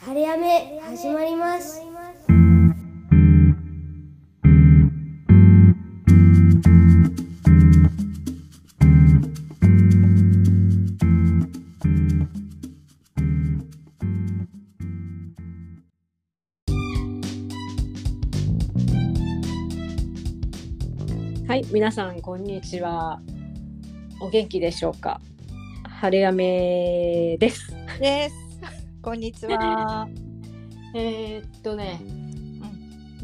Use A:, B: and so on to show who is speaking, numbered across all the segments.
A: 晴れやめ始まります。
B: はい、皆さんこんにちは。お元気でしょうか。晴れ雨です。
C: です。こんにちは。
B: えーっとね、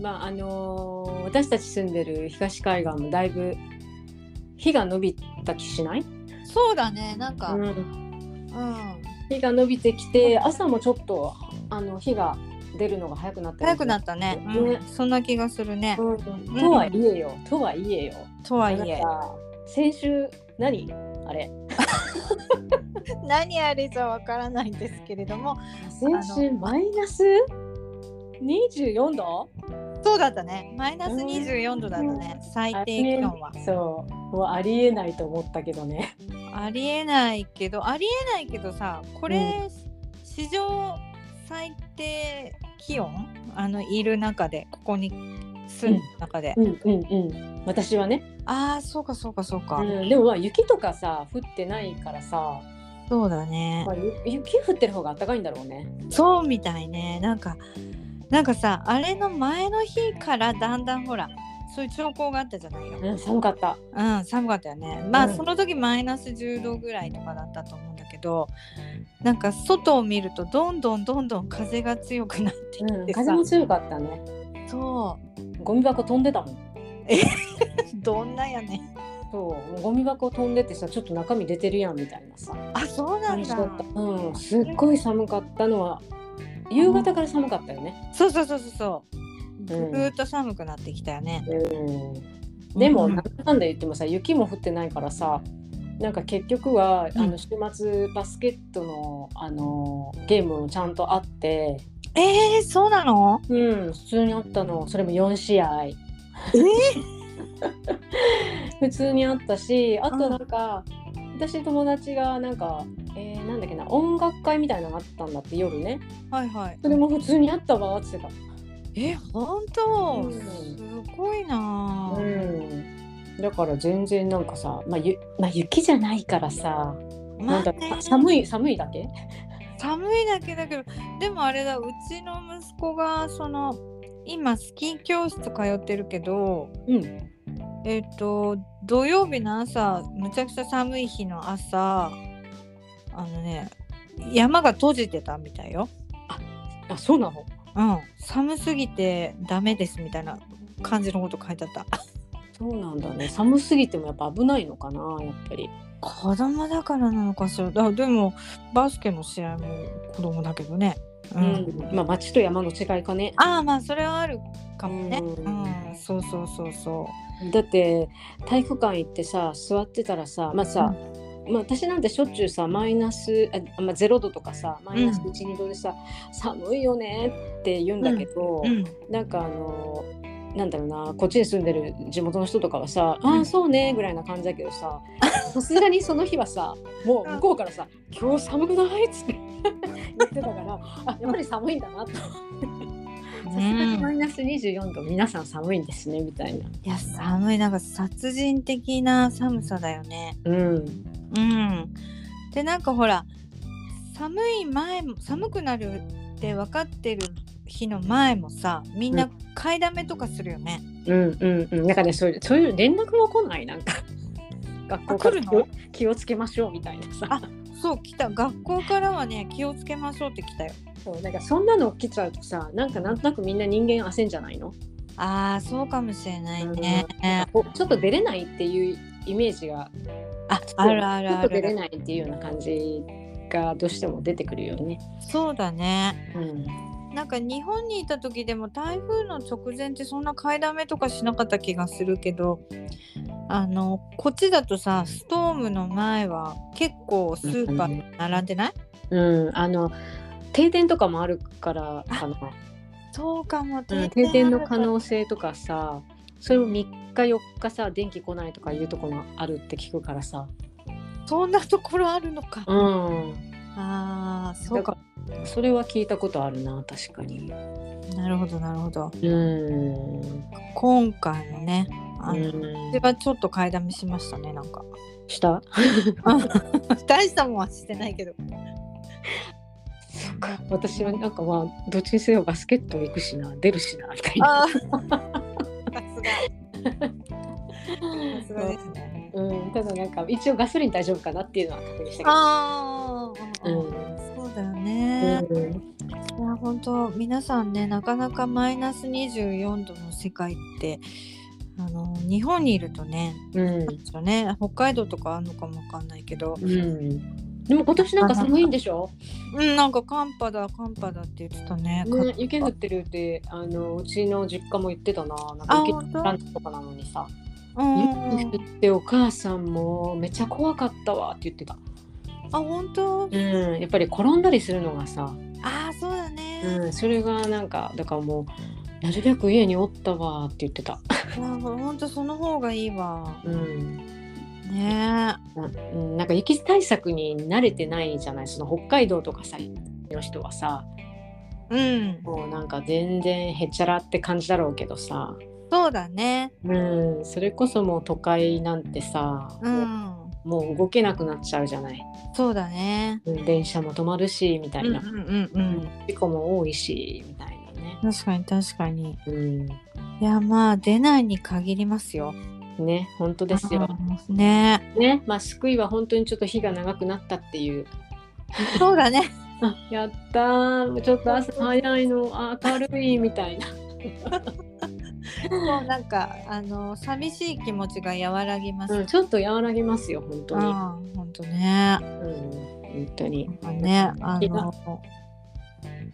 B: まああのー私たち住んでる東海岸もだいぶ日が伸びた気しない？
C: そうだね、なんか、うん、
B: 日が伸びてきて、朝もちょっとあの日が出るのが早くなった。
C: 早くなったね、うん
B: ね
C: そんな気がするね
B: た。。うん、とはいえよ、とはいえよ。
C: とはいえ
B: あ。なた先週何あれ？
C: 何あれじゃわからないんですけれども、
B: 先週マイナス24度？
C: そうだったね。マイナス24度だったね。最低気温は。
B: そうもうありえないと思ったけどね
C: ありえないけど、ありえないけどさ、これ、
B: う
C: 史上最低気温あの、いる中で、ここに住む中で。
B: うんうんうん私はね、
C: ああ、そうかそうかそうか。
B: うん、でもまあ雪とかさ降ってないからさ、
C: そうだね
B: ま。あ、ゆ雪降ってる方が暖かいんだろうね
C: そうみたいねなんかなんかさあれの前の日からだんだんほらそういう兆候があったじゃないよ、
B: うん寒かった
C: うん、寒かったよねまあ、
B: うん
C: その時マイナス10度ぐらいとかだったと思うんだけどなんか外を見るとどんどんどんどん風が強くなって
B: う
C: き
B: ん
C: てさ、
B: 風も強かったね
C: そ
B: ゴミ箱飛んでたもん
C: う どんなやねん
B: そうもうゴミ箱飛んでてさちょっと中身出てるやんみたいなさ
C: あそうなん
B: 感
C: だ
B: じったうんすっごい寒かったのは夕方から寒かったよね
C: そうそうそうそうそうぐ
B: うん
C: ーっと寒くなってきたよね、
B: うんでも
C: うん
B: なんだかんだ言ってもさ雪も降ってないからさなんか結局は、
C: うん
B: あの週末バスケットのあのゲームもちゃんとあって、
C: えー、そうなの
B: うん、普通にあったのそれも4試合。 普通にあったしあとなんか、私友達がなんか、えーなんだっけな音楽会みたいなのがあったんだって夜ね
C: はいはい
B: それも普通にあったわって言って
C: え本当、
B: うん
C: すごい
B: た、
C: なあ、
B: うん、だから全然なんかさ、まあ、ゆまあ雪じゃないからさ、
C: ま
B: な
C: あ
B: んだ
C: ね
B: か寒い寒いだけ
C: 寒いだけだけどでもあれだうちの息子がその今スキー教室通ってるけど
B: うん
C: えっ、と土曜日の朝むちゃくちゃ寒い日の朝あのね山が閉じてたみたいよ。
B: あそうなの
C: うん、寒すぎてダメですみたいな感じのこと書いてあった。
B: そうなんだね寒すぎてもやっぱ危ないのかなやっぱり
C: 子供だからなのかしらだでもバスケの試合も子供だけどね。
B: うまあ町と山の違いかね
C: ああまあそれはあるかもね。
B: う
C: うんん、そうそうそうそ
B: だって体育館行ってさ座ってたらさまあさ、まあ、私なんてしょっちゅうさマイナスあ、まあ、0度とかさマイナス
C: うん
B: 12度でさ、寒いよねって言うんだけど、
C: う。うん。
B: なんかあのなんだろうなこっちに住んでる地元の人とかはさ「
C: うん
B: ああそうね」ぐらいな感じだけどささすがにその日は さもう向こうからさ「今日寒くない?」っつって 言ってたからあやっぱり寒いんだなと。さすがにマイナス24度皆さん寒いんですねみたいな。
C: いや寒いなんか殺人的な寒さだよね。
B: うん、
C: うん。でなんかほら寒い前も寒くなるって分かってる日の前もさみん
B: う
C: な買いだめとかするよね。
B: うんうんうん、なんかねそういうそういう連絡も来ないなんか学校から
C: あ来るの
B: 気を気をつけましょうみたいなさ
C: あそう来た学校からはね気をつけましょうって来たよ。
B: そうなんかそんなの起きちゃうとさなんかなんとなくみんな人間焦んじゃないの
C: ああそうかもしれないね。
B: こうちょっと出れないっていうイメージが
C: ああるある
B: ちょっ
C: あ
B: と出れ
C: る。
B: ないっていうような感じがどうしても出てくるよね。
C: そうだね。
B: うん、
C: なんか日本にいた時でも台風の直前ってそんな買いだめとかしなかった気がするけどあのこっちだとさストームの前は結構スーパーに並んでない、
B: うん、あの停電とかもあるからかな、
C: そうかも
B: うん、停電の可能性とかさそれも3日4日さ電気来ないとかいうとこもあるって聞くからさ、
C: そんなところあるのか、
B: うん、
C: あーそうか
B: それは聞いたことあるな確かに
C: なるほどなるほど
B: うん
C: 今回のねあの、
B: うん
C: 私はちょっと買いだめしましたねなんか
B: した
C: 大したもんはしてないけど
B: 私はなんかまあどっちにせよバスケット行くしな出るしなみたいな、
C: ああ さすがさすがですね
B: うん、ただなんか一応ガソリン大丈夫かなっていうのは確認したけど
C: あ
B: う
C: あ、
B: ん
C: そうだよね、
B: うん
C: いや本当皆さんねなかなかマイナス24度の世界ってあの日本にいるとね
B: うん
C: なんでしょうね北海道とかあるのかもわかんないけど、
B: うん、でも今年なんか寒いんでしょ、
C: うん、なんか寒波だ寒波だって言ってたね。か
B: ね、雪降ってるってあのうちの実家も言ってたななんか
C: あ
B: 雪
C: 本当
B: ランチとかなのにさ
C: うん
B: 雪降ってお母さんもめっちゃ怖かったわって言ってた、
C: あ本当
B: うん、やっぱり転んだりするのがさ、
C: あーそうだね。
B: うん、それがなんかだからもうなるべく家におったわって言ってた、
C: あ本当その方がいいわ。
B: うん、
C: ね
B: なうんなんか雪対策に慣れてないじゃないその北海道とかさの人はさ
C: え。うん
B: もうなんか全然へっちゃらって感じだろうけどさ、
C: そうだね。
B: うん、それこそもう都会なんてさ、
C: うん
B: もう動けなくなっちゃうじゃない
C: そうだね。
B: うん電車も止まるしみたいな、
C: んうん
B: 事故も多いしみたいなね、
C: うん。確かに確かに。
B: う
C: いやまあ出ないに限りますよ。
B: ん、ね本当ですよ、
C: うんね
B: ねまあ救いは本当にちょっと日が長くなったっていう
C: え。そうだね。
B: あやったーちょっと朝早いのあ明るいみたいな
C: もうなんかあの寂しい気持ちが和らぎます。
B: うん、ちょっと和らぎますよ、本当に。
C: 本当ね。
B: うん、本当に。
C: まあね、あの、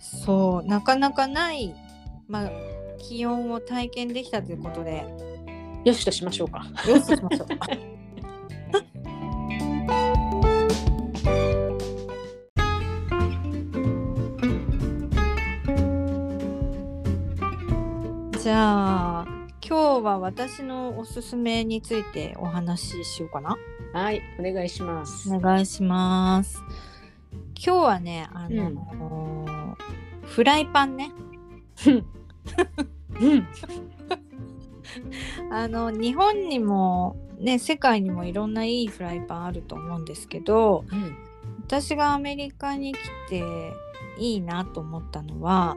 C: そう、なかなかない、まあ、気温を体験できたということで、
B: よしとしましょうか。
C: よしとしましょう。じゃあ今日は私のおすすめについてお話ししようかな。
B: はい、お願いします。
C: お願いします。今日はね、あのフライパンね、
B: うん、
C: あの日本にもね世界にもいろんないいフライパンあると思うんですけど、私がアメリカに来ていいなと思ったのは、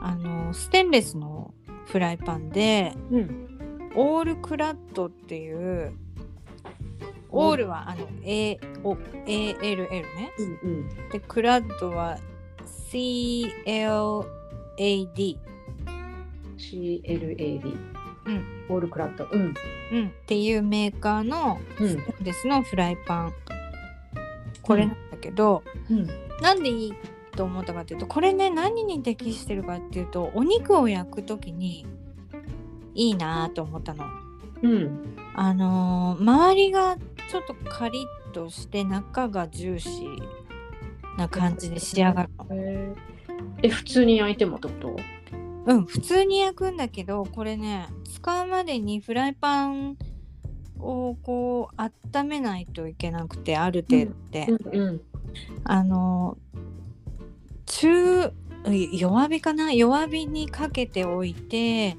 C: あのステンレスのフライパンで
B: うん、
C: オールクラッドっていう。オールはあの A O A L L ね。
B: うん、うん、
C: でクラッドは CLAD、
B: C. L. A. D.。
C: うん、
B: オールクラッド。うん、
C: うん、っていうメーカーの
B: うん、
C: ですのフライパンこれなんだけど、
B: うん、
C: なんでいいと思ったかっていうとこれね何に適してるかっていうとお肉を焼く時にいいなと思ったの。
B: うん、
C: あのー周りがちょっとカリッとして中がジューシーな感じで仕上がるの。
B: ええ、普通に焼いてもってこと。
C: うん普通に焼くんだけどこれね使うまでにフライパンをこう温めないといけなくてある程度って、
B: ん、うん、
C: あの中い弱火かな弱火にかけておいて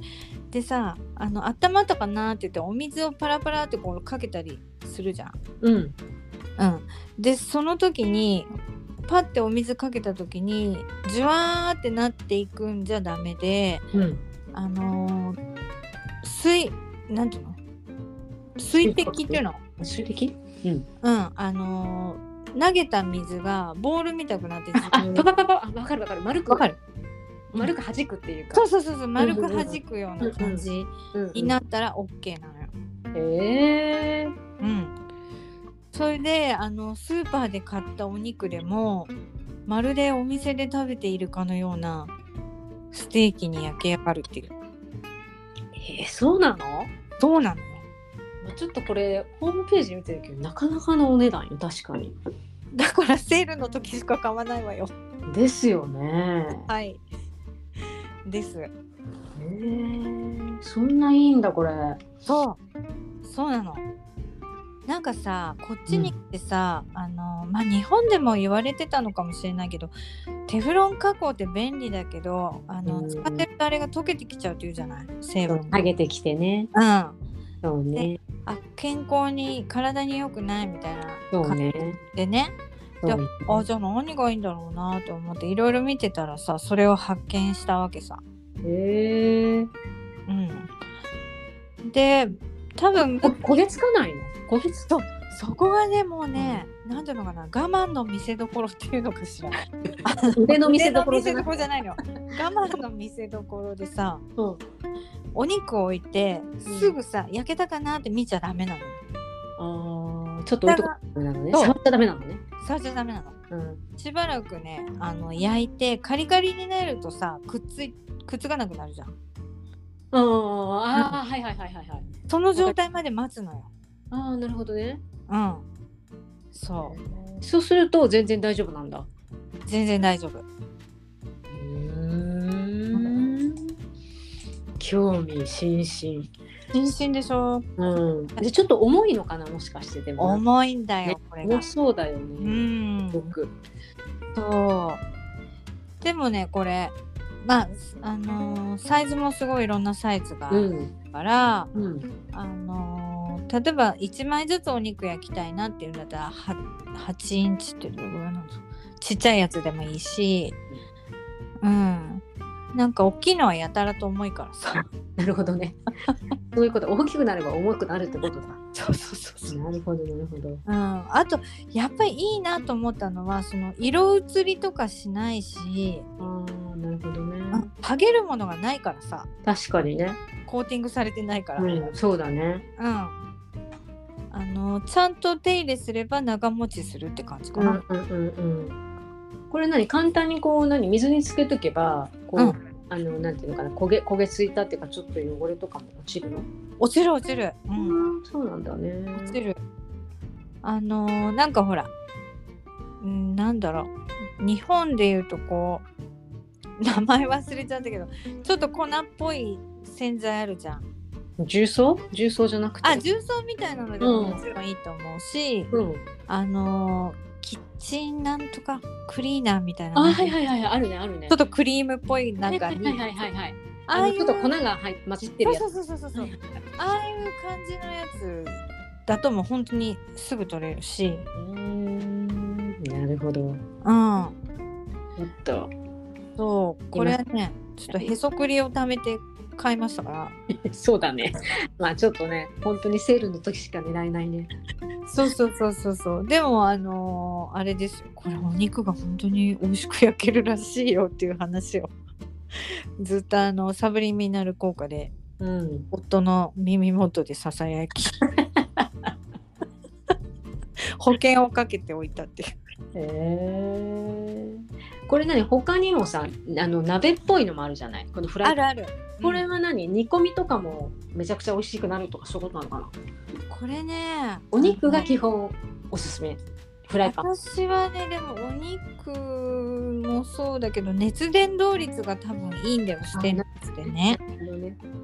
C: でさあの温まったかなって言ってお水をパラパラってこうかけたりするじゃん。
B: うん、
C: うん、でその時にパッてお水かけた時にジュワーってなっていくんじゃダメで。
B: うん、
C: あのー、水なんていうの水滴っていうの
B: 水滴。
C: うんあのー、投げた水がボールみたくなって
B: あ、パパパパ、あ、わかるわかる、丸く。
C: わかる
B: 丸く弾くっていうか。
C: そうそうそうそう丸く弾くような感じ
B: うん
C: になったら OK なのよ。
B: ええ。
C: うんそれであのスーパーで買ったお肉でもまるでお店で食べているかのようなステーキに焼け上がるっていう
B: え、そうなの。
C: どうなのよ
B: まあちょっとこれホームページ見てるけどなかなかのお値段よ確かに。
C: だからセールの時しか買わないわよ。
B: ですよね。
C: はい。です。
B: へえそんないいんだこれ。
C: そう。そうなの。なんかさこっちに来てさ、あのまあ日本でも言われてたのかもしれないけどテフロン加工って便利だけどあ
B: う
C: の、
B: ん
C: 使ってるとあれが溶けてきちゃうっていうじゃない成分
B: 上げてきてね。
C: うんあ
B: そうね。
C: 健康に体に良くないみたい
B: そ
C: な
B: う
C: 感
B: ね
C: じ。でね
B: そうね
C: あじゃあ何がいいんだろうなと思っていろいろ見てたらさそれを発見したわけさ。
B: へえ。
C: うん、で多分
B: こ焦げつかないの。焦げつか。
C: そこがねもうね、なんていうのかな我慢の見せ所っていうのかしら
B: 腕の見せ所じ
C: 腕
B: ゃなく
C: の見せ所じゃないの我慢の見せ所でさ
B: うん
C: お肉を置いてすぐさ、焼けたかなって見ちゃダメなの
B: ああ、ちょっと置いとかなのね。
C: そう
B: 触っちゃダメなのね。
C: 触っちゃダメなの
B: うん。
C: しばらくねあの焼いてカリカリになるとさくっついくっつかなくなるじゃん
B: ああ、はいはいはいはいはい。
C: その状態まで待つのよ
B: ああ、なるほどね。
C: うんそう
B: そうすると全然大丈夫なんだ。
C: 全然大丈夫
B: うん。興味津
C: 心身でしょ
B: 々。うん。で、ちょっと重いのかな、もしかしてでも。
C: 重いんだよ
B: ね
C: これが
B: 重そうだよ
C: う
B: ね。
C: ん
B: すごく。
C: そうでもねこれまああのーサイズもすごいいろんなサイズがあ
B: う
C: る
B: ん。
C: から、
B: うん。
C: あのー例えば1枚ずつお肉焼きたいなっていうんだったら 8, 8インチってどれぐらいなんですかちっちゃいやつでもいいしうんなんか大きいのはやたらと重いからさ
B: なるほどね。そういうこと、大きくなれば重くなるってことだ。
C: そうそうそうう、
B: なるほど、なるほど。
C: ん、あとやっぱりいいなと思ったのはその色移りとかしないし、
B: ああ、なるほどね。
C: あ剥げるものがないからさ
B: 確かにね。
C: コーティングされてないから、
B: うん、そうだね。
C: うんあのちゃんと手入れすれば長持ちするって感じか
B: うん、う
C: な、
B: ん、うん、うん。これ何、簡単にこう、何、水につけとけば、こう。
C: う
B: あの、なんていうのかな、焦げ、焦げついたっていうか、ちょっと汚れとかも落ちるの。
C: 落ちる落ちる、うん、
B: うん、そうなんだね。
C: 落ちるあのーなんかほら、うん、なんだろう日本でいうとこう名前忘れちゃったけどちょっと粉っぽい洗剤あるじゃん
B: 重曹、重曹じゃなくて。
C: あ重曹みたいなので
B: う
C: も
B: ん
C: もちろんいいと思うし、
B: うん。
C: あのーキッチンなんとかクリーナーみたいな
B: あ、はいはいはいはい、あるね、あるね
C: ちょっ。とクリームっぽいなんか
B: はい
C: に
B: はいはいはいはい。
C: あ
B: あ
C: あ
B: の
C: いう
B: ちょっと粉が入混じってるやつ。
C: そうそうそうそうそうああいう感じのやつだともう本当にすぐ取れるし
B: うん、なるほど。
C: うん
B: ちょっと。
C: そうこれはねちょっとへそくりを貯めて買いましたか
B: そうだね。 まあちょっとね、本当にセールの時しか狙えないね。
C: らそうそうそうそうそうでもあのーあれですよこれお肉が本当に美味しく焼けるらしいよっていう話を ずっとあのサブリミナル効果で
B: うん。
C: 夫の耳元でささや き保険をかけておいたっていう
B: へえ。これ何他にもさあの鍋っぽいのもあるじゃないこのフライ
C: あるある。
B: これ
C: うん
B: は何煮込みとかもめちゃくちゃ美味しくなるとかそういうことなのかな
C: これね。
B: お肉が基本おすすめフライパン
C: 私はねでもお肉もそうだけど熱伝導率が多分いいんだよステンレスでね。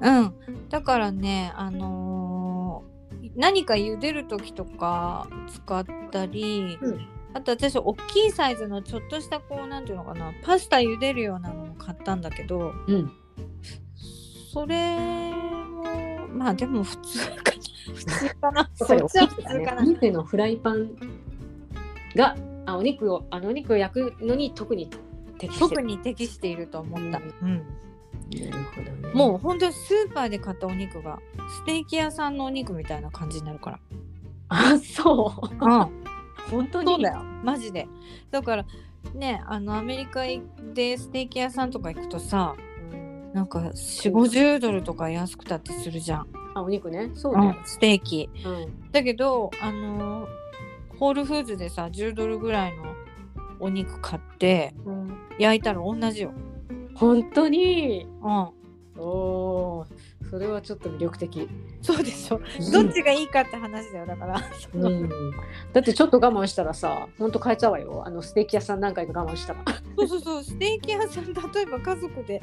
C: うん。だからねあのー何か茹でる時とか使ったり、
B: うん
C: あと私大きいサイズのちょっとしたこうなんていうのかなパスタ茹でるようなのも買ったんだけど
B: うん
C: それもまあでも普通 かな普通かな
B: やっぱり
C: そ
B: お
C: っちは
B: 肉
C: 普
B: だ
C: 通
B: ね
C: かな
B: お。肉のフライパンがあお肉をあのお肉を焼くのに特に適して
C: 特
B: る
C: に適していると思っ
B: な
C: た、
B: るほどね
C: もう本当にスーパーで買ったお肉がステーキ屋さんのお肉みたいな感じになるから
B: あそう
C: うん
B: 本当に
C: そうだよマジでだからねあのアメリカでステーキ屋さんとか行くとさ
B: うん
C: なんか4 5 0ドルとか安くたってするじゃん、
B: あお肉ねそう
C: う
B: ね
C: ん、ステーキ
B: うん
C: だけどあのホールフーズでさ10ドルぐらいのお肉買って
B: うん
C: 焼いたら同じよ、
B: 本当に
C: うん、
B: おーそれはちょっと魅力的
C: そうでしょどっちがいいかって話だよだからその
B: うんだってちょっと我慢したらさほんと変えちゃうわよあのステーキ屋さんなんか行く我慢したら
C: そうそうそうステーキ屋さん例えば家族で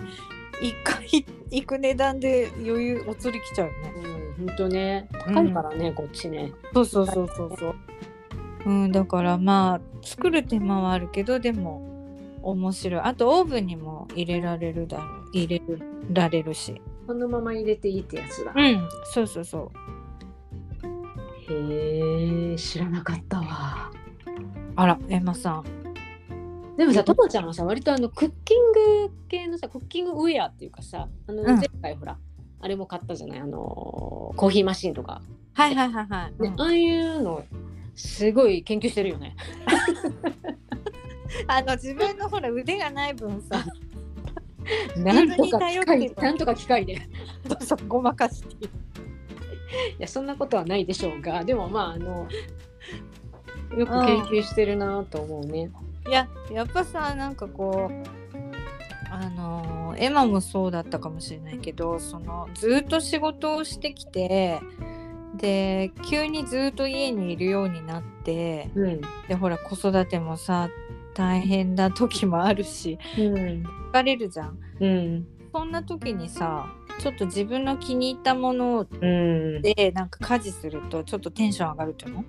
C: 一回行く値段で余裕お釣り来ちゃうよね。
B: うん本当ね高いからね、こっちね
C: そうそうそうそうそう。うん、だからまあ作る手間はあるけどでも面白いあとオーブンにも入れられるだろう入れるられるし
B: このまま入れていいってやつだ、
C: うんそうそうそ
B: へえ知らなかったわ
C: うあらエマさん
B: でもさともちゃんはさ割とあのクッキング系のさクッキングウェアっていうかさあの
C: ん
B: 前回ほら、あれも買ったじゃないあのーコーヒーマシンとか、
C: はいはいはいはい、
B: ねああいうのすごい研究してるよ ね
C: あの自分のほら腕がない分 さ
B: なんとか
C: 頼
B: 機
C: って
B: 械
C: る
B: なんとか機械でい
C: そうごまかして
B: やそんなことはないでしょうがでもまああのよく研究してるなと思うね、
C: いややっぱさなんかこうあのエマもそうだったかもしれないけどそのずっと仕事をしてきてで急にずっと家にいるようになって
B: うん
C: でほら子育てもさ大変な時もあるし
B: うん
C: 疲れるじゃん
B: うん
C: そんな時にさちょっと自分の気に入ったもの
B: うん
C: でなんか家事するとちょっとテンション上がるっていうの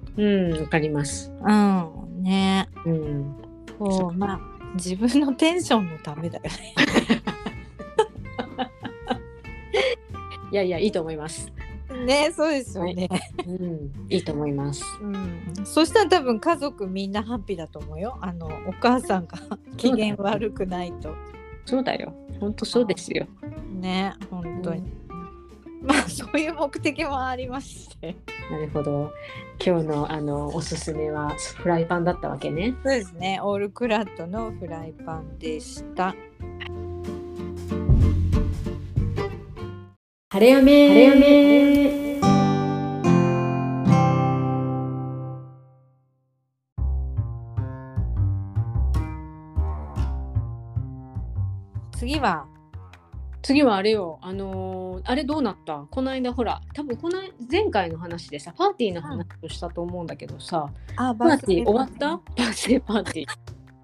B: うんわかります
C: うんね
B: うん
C: こうまあ自分のテンションのためだよね
B: いやいやいいと思います
C: ねそうですよね、
B: うんいいと思います
C: うん、そしたら多分家族みんなハッピーだと思うよあのお母さんが機嫌悪くないと
B: そうだよ。本当そうですよ。
C: ね本当に、まあそういう目的もありまして
B: なるほど。今日のあのおすすめはフライパンだったわけね。
C: そうですねオールクラッドのフライパンでした
B: 晴れやめ
A: 晴れやめ
C: 次は
B: 次はあれよ。あのーあれどうなった？この間ほら、多分この前回の話でさ、パーティーの話をしたと思うんだけどさ、
C: あバ
B: パーティー終わった？バースデーパーティー。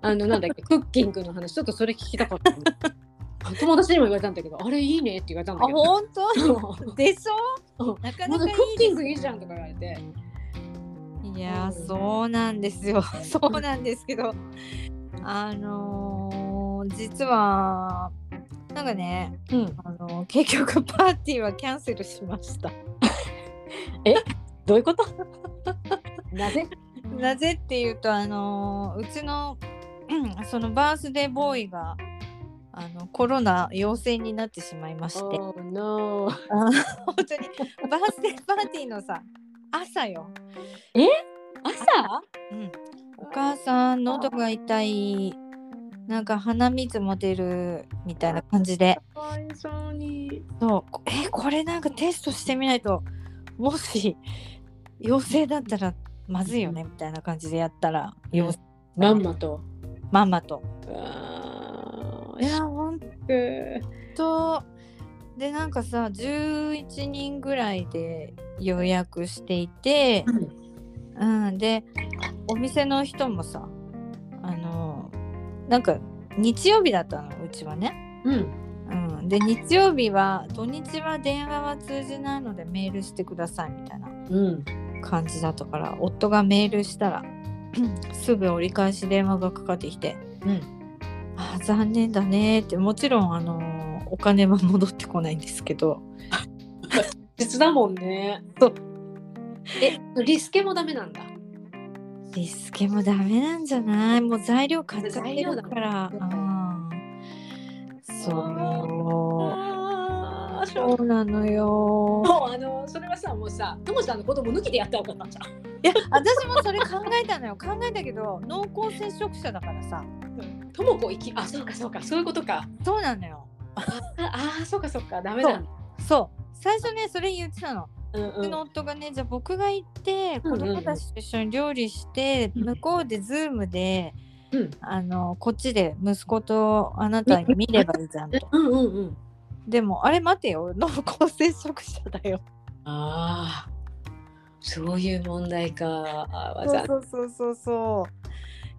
B: あのなんだっけ、クッキングの話。ちょっとそれ聞きたかったの。友達にも言われたんだけど、あれいいねって言われたん
C: あ
B: だけど。
C: 本当
B: そう
C: でし
B: う
C: ょ
B: ん
C: なか
B: ま
C: な
B: ず
C: か
B: ク
C: いい
B: ッキングい
C: で
B: い
C: す
B: じゃんとか言われて。
C: いやーそうなんですよそうなんですけどあのー実はなんかね
B: うん。
C: あの結局パーティーはキャンセルしました。
B: どういうこと？ なぜ？
C: なぜっていうとあのうちの、うん、そのバースデーボーイがあのコロナ陽性になってしまいまして
B: Oh no.
C: 本当にバースデーパーティーのさ朝よ、
B: 朝
C: うん、お母さん喉が痛いなんか鼻水も出るみたいな感じで
B: かわいそうに。
C: そうこえこれなんかテストしてみないともし陽性だったらまずいよねみたいな感じでやったら陽性
B: まんまと。
C: ママと。
B: あ
C: いや本
B: ー
C: 当でなんかさ11人ぐらいで予約していて、うん、でお店の人もさあのなんか日曜日だったのうちはね。
B: うん。
C: うん、で日曜日は土日は電話は通じないのでメールしてくださいみたいな
B: うん。
C: 感じだったから夫がメールしたらすぐ折り返し電話がかかってきて
B: うん。
C: 「あー残念だね」ってもちろんあのーお金は戻ってこないんですけど
B: 実だもんね。
C: そう。
B: え、リスケもダメなんだ。
C: リスケもダメなんじゃないもう材料買っちゃってるか
B: 材料
C: ら
B: だ
C: うんそう
B: あ
C: そ
B: そう
C: なのよ
B: う。もうあのそれはさもうさともちゃんの子供抜きでやったらよかったじゃん。
C: いや私もそれ考えたのよ考えたけど濃厚接触者だからさ
B: ともこ行きあそうかそうかそういうことか。
C: そうなのよ
B: ああそうかそうかダメだ。
C: そう最初ねそれ言ってたの
B: うん
C: うちの夫がねじゃあ僕が行って
B: うんう
C: 子
B: んうん
C: 供たちと一緒に料理して、
B: うん
C: 向こうでズームで
B: うん。
C: あのこっちで息子とあなたに見ればいいじゃんと
B: うんうんうん。
C: でもあれ待てよ 濃厚接触者だよ
B: ああそういう問題か。あーわざ
C: そうそうそうそ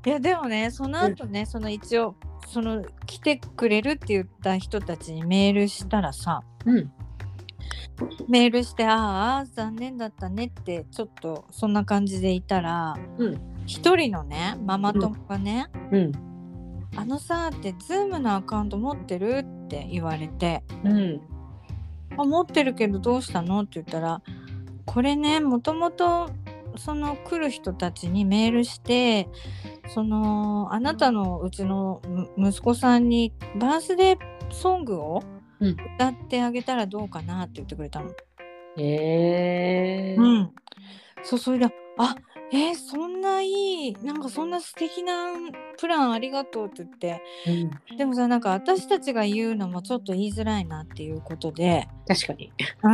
C: ういやでもねその後ね、その一応その来てくれるって言った人たちにメールしたらさ
B: うん。
C: メールして「ああ残念だったね」ってちょっとそんな感じでいたら
B: うん
C: 一、人のねママ友がね
B: うん
C: 「あのさ」って「ズームのアカウント持ってる?」って言われて
B: うん
C: 「あ持ってるけどどうしたの?」って言ったら「これねもともとその来る人たちにメールしてそのあなたのうちのむ息子さんにバースデーソングを
B: うん
C: 歌ってあげたらどうかな」って言ってくれたの。
B: へえ
C: うん、そうそれであえーそんないいなんかそんな素敵なプランありがとうって言って
B: うん
C: でもさなんか私たちが言うのもちょっと言いづらいなっていうことで、
B: 確かに
C: う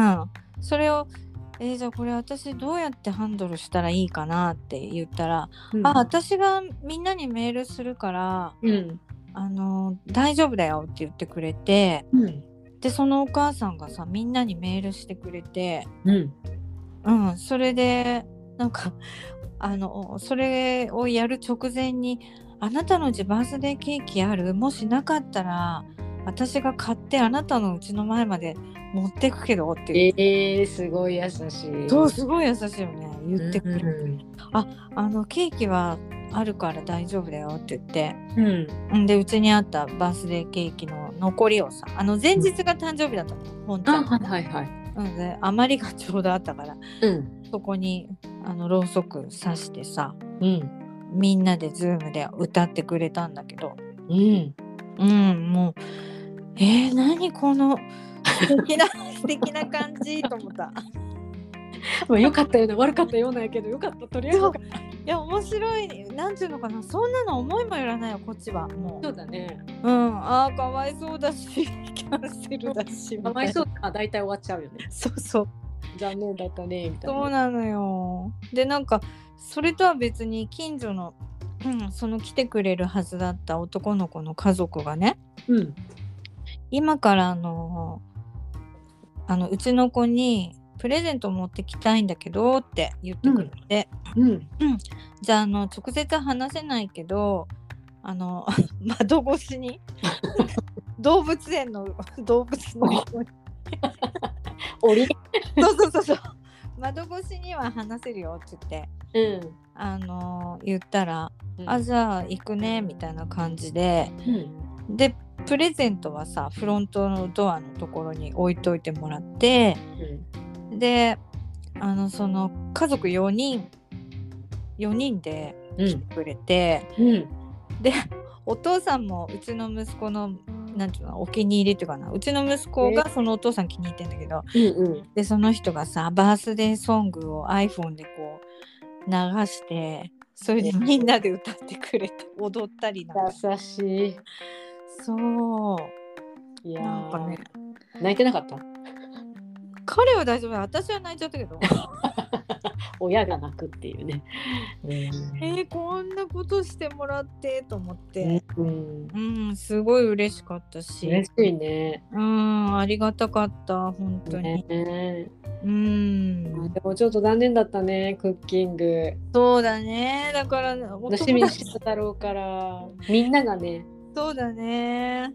C: ん、それを「えーじゃあこれ私どうやってハンドルしたらいいかな」って言ったら「あ私がみんなにメールするから
B: うん
C: あの大丈夫だよ」って言ってくれて
B: うん
C: でそのお母さんがさみんなにメールしてくれて。
B: うん
C: うん、それでなんかあのそれをやる直前に「あなたのうちバースデーケーキあるもしなかったら私が買ってあなたのうちの前まで持ってくけど」って言って、
B: えー、すごい優しい
C: そうすごい優しいよね言ってくれる、
B: うん
C: あのケーキはあるから大丈夫だよって言って
B: うん
C: うんでうちにあったバースデーケーキの残りをさあの前日が誕生日だったの、本ちゃ
B: あ
C: ん
B: はいはいはい
C: うんで余りがちょうどあったから
B: うん
C: そこにあのろうそく刺してさ
B: うん
C: みんなでズームで歌ってくれたんだけど
B: うん
C: うんもうえー、何この素敵な 素敵な感じと思った
B: まあ良かったような悪かったようなやけど良かったとりあえず
C: そういや面白いなんていうのかなそんなの思いもよらないよこっちはもう
B: そうだね
C: うんあーかわいそうだし キャンセルだし
B: かわい
C: み
B: そうあ大体終わっちゃうよね
C: たいなそうそう
B: 残念だったねみたい
C: そう
B: な
C: なのよでなんかそれとは別に近所の、うん、その来てくれるはずだった男の子の家族がね
B: うん
C: 今からあのあのうちの子にプレゼント持ってきたいんだけどって言ってくれて、
B: うん
C: じゃああの直接は話せないけどあの 窓越し に動物園の動物 の横に
B: おり
C: そうそうそうそう窓越しには話せるよって言って
B: うん
C: あの言ったら「
B: うん
C: あじゃあ行くね」みたいな感じで
B: うん
C: でプレゼントはさフロントのドアのところに置いといてもらって。であのその家族4人4人で
B: う
C: 来て
B: ん
C: くれて、
B: うん
C: でお父さんもうちの息子のなんていうのお気に入りっていうかなうちの息子がそのお父さん気に入ってんだけど
B: うん
C: でその人がさバースデーソングを iPhone でこう流してそれで
B: ね
C: みんなで歌ってくれた踊ったりなんか
B: 優し
C: そう
B: いいや
C: なんか
B: ー
C: ね
B: 泣いてなかった
C: 彼は大丈夫だよ私は泣いちゃったけど
B: 親が泣くっていうね
C: えー、こんなことしてもらってと思って。
B: うん
C: うん、すごい嬉しかったし、
B: 嬉しいね
C: うん、ありがたかった、本当に。
B: ね
C: うん、
B: でもちょっと残念だったねクッキング
C: そうだね、だから、お
B: 楽しみにしてただろうからみんながね
C: そうだね、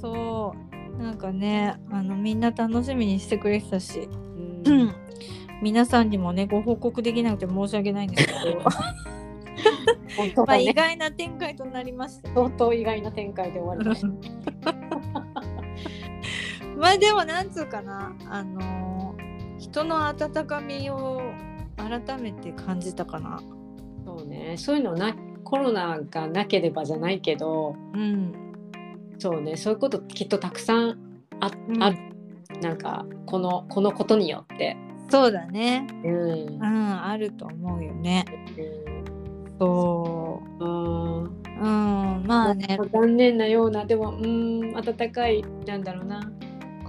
C: そう、なんかね、あの、みんな楽しみにしてくれてたし、
B: うん
C: うん、皆さんにもね、ご報告できなくて申し訳ないんですけど、
B: 本当
C: ま
B: だ
C: あ、意
B: ね
C: 外な展開となりました。
B: 相当意外な展開で終わりました
C: まあ、でも、なんつうかな、あのー人の温かみを改めて感じたかな。
B: そうねそういうのなコロナがなければじゃないけど
C: うん。
B: そうねそういうこときっとたくさんあ,、
C: うん
B: あるなんかこのこのことによって、
C: そうだね。
B: うん
C: うん、あると思うよね。そ
B: うん
C: う。うん、まあね。
B: 残念なようなでもうん温かいなんだろうな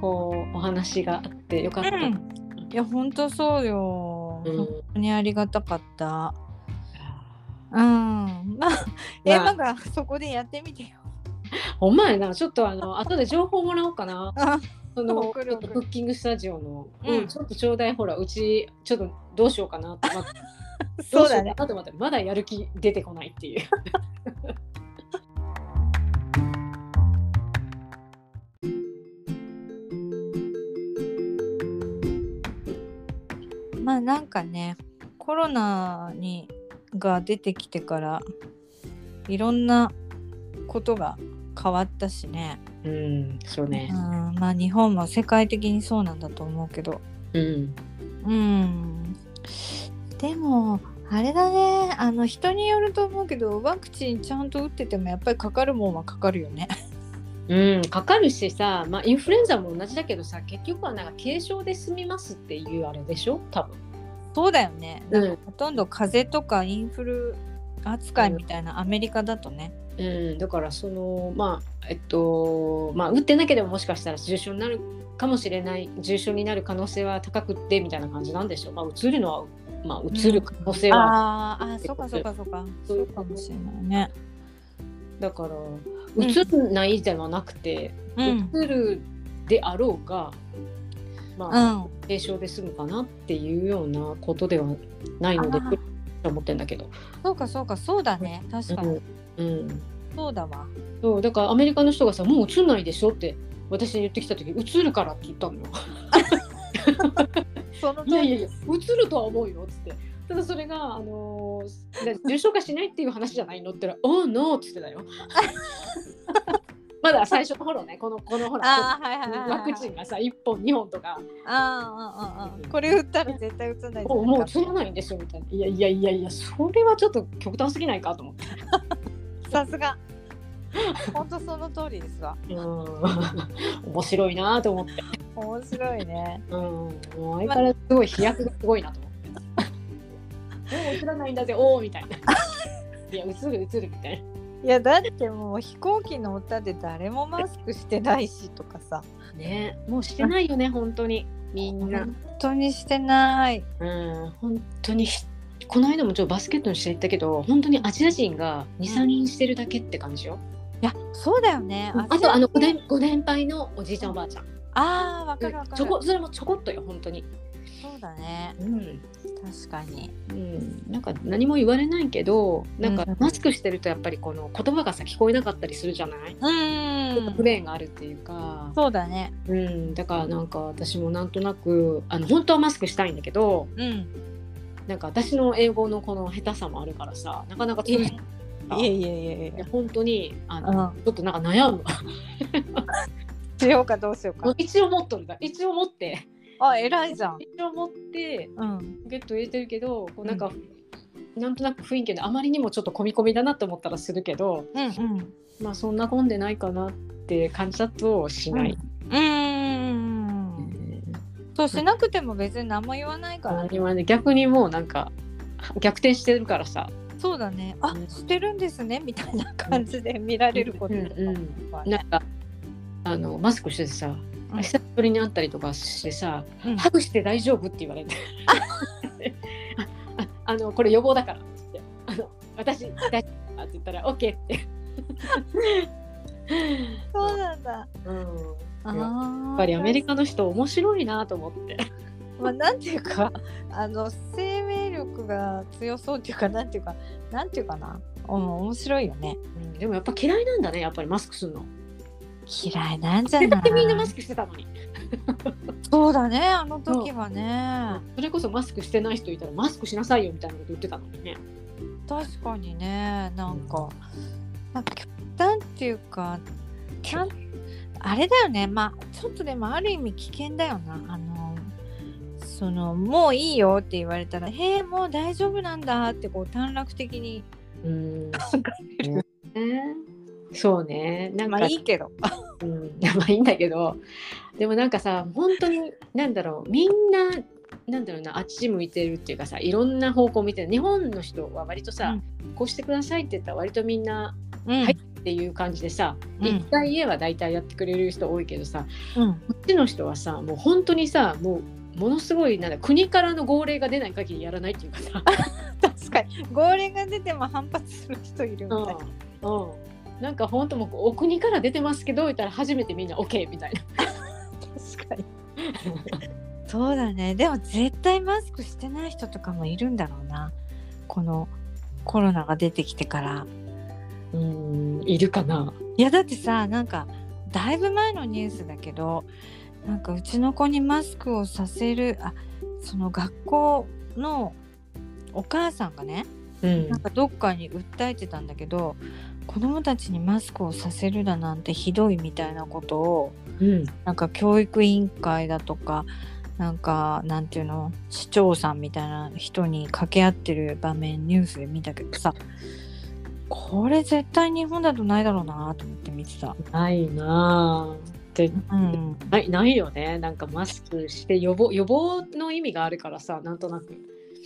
B: こうお話があってよかった、
C: うんいや、本当そうよ。
B: うん
C: 本当にありがたかった。うん、まあ、エマがそこでやってみてよ。
B: お前なちょっとあの後で情報もらおうかな
C: あ
B: その
C: 送
B: ち
C: る
B: ょっ
C: 送
B: と
C: る
B: クッキングスタジオの、
C: うん
B: うんちょっとちょうだいほらうちちょっとどうしようか なって待って
C: そうだね。
B: どしようかなと思ってまだやる気出てこないっていう
C: まあなんかねコロナにが出てきてからいろんなことが変わったしね、
B: うん、そう
C: うん
B: ね。、
C: まあ日本も世界的にそうなんだと思うけど
B: うん。
C: うんでもあれだねあの人によると思うけどワクチンちゃんと打っててもやっぱりかかるもんはかかるよね。
B: うん、かかるしさ、まあ、インフルエンザも同じだけどさ結局はなんか軽症で済みますっていうあれでしょ多分
C: そうだよね
B: うん
C: ほとんど風邪とかインフル扱いみたいなアメリカだとね。
B: うん、だからそのまあえっとまあ打ってなければもしかしたら重症になるかもしれない重症になる可能性は高くってみたいな感じなんでしょうまあうつるのはまあうつる可能性は、
C: あーあー、そうかそうかそうか。そうかもしれないね。
B: だからうつるないではなくて、
C: う。
B: うんつるであろうが
C: う
B: まあ
C: ん。
B: 軽症で済むかなっていうようなことではないので
C: あー
B: と思ってんだけど、
C: そうかそうかそうだね。確かに。
B: うん、
C: そうだわ。
B: そうだからアメリカの人がさ「もううつんないでしょ」って私に言ってきた時「うつるから」って言ったのよ。
C: その
B: いやいやいや、うつるとは思うよっつって。ただそれが、あのーな重症化しないっていう話じゃないのって言ったら、 おーのーっつってたよ。まだ最初の頃ね、この、このほら、
C: ああはいはいはい。
B: ワクチ
C: ン。
B: ンがさ、1本、2本とか、
C: あーあーあーあー。これ打ったら絶対打つんないじ
B: も
C: ゃな
B: う
C: い
B: もう
C: か
B: うつらないんですよみたいな。いやいやいやいや、それはちょっと極端すぎないかと思って。
C: さすが。本当その通りですわ。
B: うーん、 面白いなと思って。
C: 面白いね。
B: うん、もう相変わらずすごい飛躍がすごいなと思って。 もううつらないんだぜ、おーみたい な。いや、うつるうつるみたいな。
C: いやだってもう飛行機の歌で誰もマスクしてないしとかさ。
B: ねもうしてないよね本当にみんな
C: 本当にしてない。
B: うん本当にひこの間もちょっとバスケットの試合行ったけど本当にアジア人が23人してるだけって感じよ、
C: いやそうだよね。
B: あとあのご年ご年配のおじいちゃんおばあちゃん
C: ああわかるわかる。
B: ちょこそれもちょこっとよ本当に
C: そうだね。
B: うん、
C: 確かに。
B: うん、なんか何も言われないけどなんか
C: うん
B: マスクしてるとやっぱりこの言葉がさ聞こえなかったりするじゃない、
C: う
B: ちょっと
C: ー
B: 不
C: ん。
B: 便があるっていうか、
C: そうだね。
B: うん、だからなんか私もなんとなくあの本当はマスクしたいんだけど
C: うん。
B: なんか私の英語のこの下手さもあるからさなかなか通じない
C: いやいやいやいや。
B: 本当にあの、
C: うん。
B: ちょっとなんか悩む
C: しようかどうしようか。
B: 一応持っとるだ一応持って
C: あ偉いじゃん。
B: 一応持って
C: うん。
B: ポケット入れてるけどこうなんか、なんとなく雰囲気であまりにもちょっと込み込みだなと思ったらするけど
C: うんうん。
B: まあそんな混んでないかなって感じだとしない、
C: うーん。そうしなくても別に何も言わないから。
B: 今ね逆にもうなんか逆転してるからさ
C: そうだね。あ
B: うん
C: してるんですねみたいな感じで見られることとか
B: うん
C: もあるね
B: なんかあのマスクしててさ
C: うん
B: 久しぶりに会ったりとかしてさ、
C: うん
B: ハグして大丈夫って言われてあああのこれ予防だからって言ってあの私大丈夫って言ったら OK って、
C: そうなんだ。
B: うん、や
C: あー
B: やっぱりアメリカの人面白いなと思って
C: まあ、なんていうかあの生命力が強そうっていうかなんていうかなんていうかな、うん、面白いよね
B: うんでもやっぱ嫌いなんだねやっぱりマスクするの
C: 嫌いなんじゃ
B: せっ
C: な
B: か
C: い
B: くみんなマスクしてたのに
C: そうだねあの時はね、
B: それこそマスクしてない人いたらマスクしなさいよみたいなこと言ってたのにね
C: 確かにねなんかなんか極端っていうかちゃんあれだよねまあちょっとでもある意味危険だよなあのそのもういいよって言われたら「へえもう大丈夫なんだ」ってこう短絡的に
B: うんそうねなん
C: ま
B: か
C: あいいけど
B: うん、 まあいいんだけどでもなんかさ本当になんだろうみんななんだろうなあっち向いてるっていうかさいろんな方向見てる日本の人は割とさ、こうしてくださいって言ったら割とみんな
C: うん
B: はいっていう感じでさ、
C: うん
B: 一回言えば大体やってくれる人多いけどさ
C: うん
B: こっちの人はさもう本当にさもうものすごいなんだ国からの号令が出ない限りやらないっていうかさ。
C: 確かに号令が出ても反発する人いるみたいな、
B: うんうんなんか本当もうお国から出てますけど言ったら初めてみんな OK みたいな。
C: 確かにそうだねでも絶対マスクしてない人とかもいるんだろうなこのコロナが出てきてから
B: うんいるかない
C: やだってさなんかだいぶ前のニュースだけどなんかうちの子にマスクをさせるあその学校のお母さんがね
B: うん
C: なんかどっかに訴えてたんだけど子供たちにマスクをさせるだなんてひどいみたいなことを
B: うん
C: なんか教育委員会だとかなんかなんていうの市長さんみたいな人に掛け合ってる場面ニュースで見たけどさこれ絶対日本だとないだろうなと思って見てた。
B: ないなあで
C: うん、
B: ないないよねなんかマスクして予防予防の意味があるからさなんとなく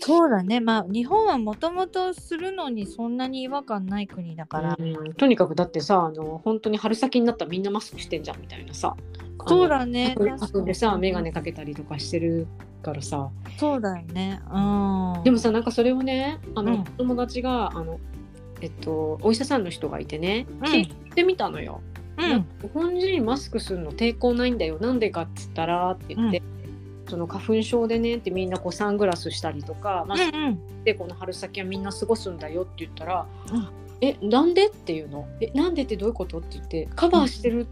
C: そうだねまあ日本はもともとするのにそんなに違和感ない国だから、
B: うんとにかくだってさあの本当に春先になったらみんなマスクしてんじゃんみたいなさ
C: そうだね
B: あの
C: 確
B: でさ眼鏡かけたりとかしてるからさ
C: そうだよねうん
B: でもさなんかそれをねあの、
C: うん
B: 友達があのえっとお医者さんの人がいてね
C: うん
B: 聞いてみたのよ、
C: うん
B: 日本人マスクするの抵抗ないんだよなんでかっつったらって言って、その花粉症でねってみんなこうサングラスしたりとかマスク
C: うん
B: でこの春先はみんな過ごすんだよって言ったら「
C: うん
B: えなんで?」っていうの「えなんでってどういうこと?」って言って「カバーしてる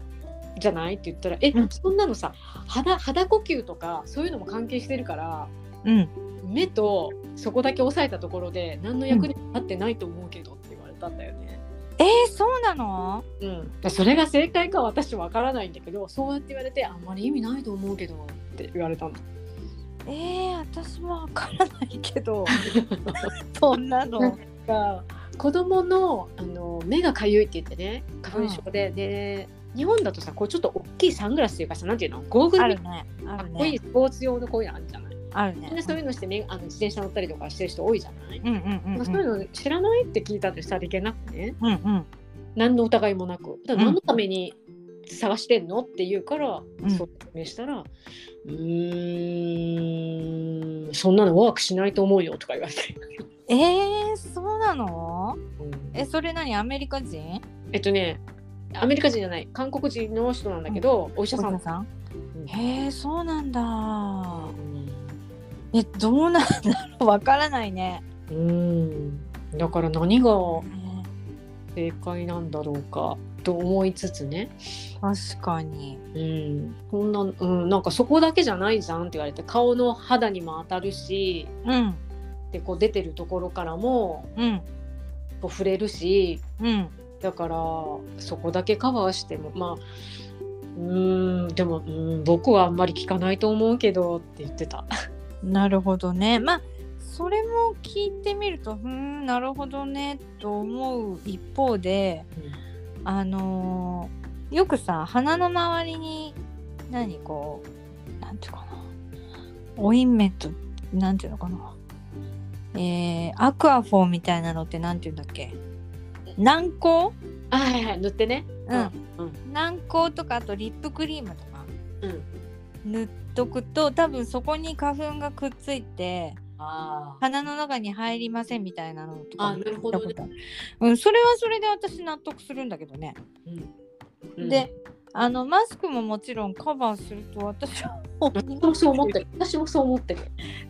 B: じゃない?」って言ったら「え
C: うん
B: そんなのさ肌肌呼吸とかそういうのも関係してるから
C: うん
B: 目とそこだけ押さえたところで何の役にも立ってないと思うけど」って言われたんだよね。
C: えー、そうなの
B: うん、それが正解かは私わからないんだけどそうやって言われてあんまり意味ないと思うけどって言われたの。
C: えー、私もわからないけど そんなの
B: が子供のあの目がかゆいって言ってね花粉症で、で日本だとさこうちょっと大きいサングラスっていうかさなんていうのゴーグル
C: あ
B: み
C: る
B: たい
C: ね
B: な
C: あ
B: か
C: る
B: っこいい
C: ね
B: スポーツ用のこういうのあるじゃない、
C: あるね
B: みんなそういうのしてめあの自転車乗ったりとかしてる人多いじゃない、
C: うんうんうん
B: ま
C: う
B: あ、
C: ん
B: そういうの知らないって聞いたんでさりげなくね
C: うんうん
B: 何の疑いもなくだから
C: う
B: 何
C: ん
B: のために探してんのって言うから、
C: ん
B: そう説明したら「うーんそんなのワークしないと思うよ」とか言われて。
C: えー、そうなの
B: うん
C: えそれ何アメリカ人
B: えっとねアメリカ人じゃない韓国人の人なんだけど、お医者
C: お
B: さん
C: 母さん
B: うん
C: へえそうなんだ
B: う
C: えどうなんだろうわからないね、
B: んだから何が
C: ね
B: 正解なんだろうかと思いつつね、
C: 確かに
B: うん、こんな、うん、なんかそこだけじゃないじゃんって言われて顔の肌にも当たるし
C: うん
B: でこう出てるところからも
C: うん
B: こう触れるし
C: うん
B: だからそこだけカバーしてもまあうんでも、うん、僕はあんまり聞かないと思うけどって言ってた。
C: なるほどねまあそれも聞いてみるとふーんなるほどねと思う一方であのーよくさ鼻の周りに何こうなんていうかなオインメントなんていうのかなえー、アクアフォーみたいなのってなんていうんだっけ軟膏
B: あはいはい塗ってね。
C: うん
B: うん
C: 軟膏とかあとリップクリームとか
B: うん
C: 塗っとくと多分そこに花粉がくっついて
B: あ
C: 鼻の中に入りませんみたいなのとか
B: あなるほどね
C: 聞いたことあるうん、それはそれで私納得するんだけどね、
B: うん、
C: であのマスクももちろんカバーすると私は 思う
B: 私もそう思ってる私もそう思ってる、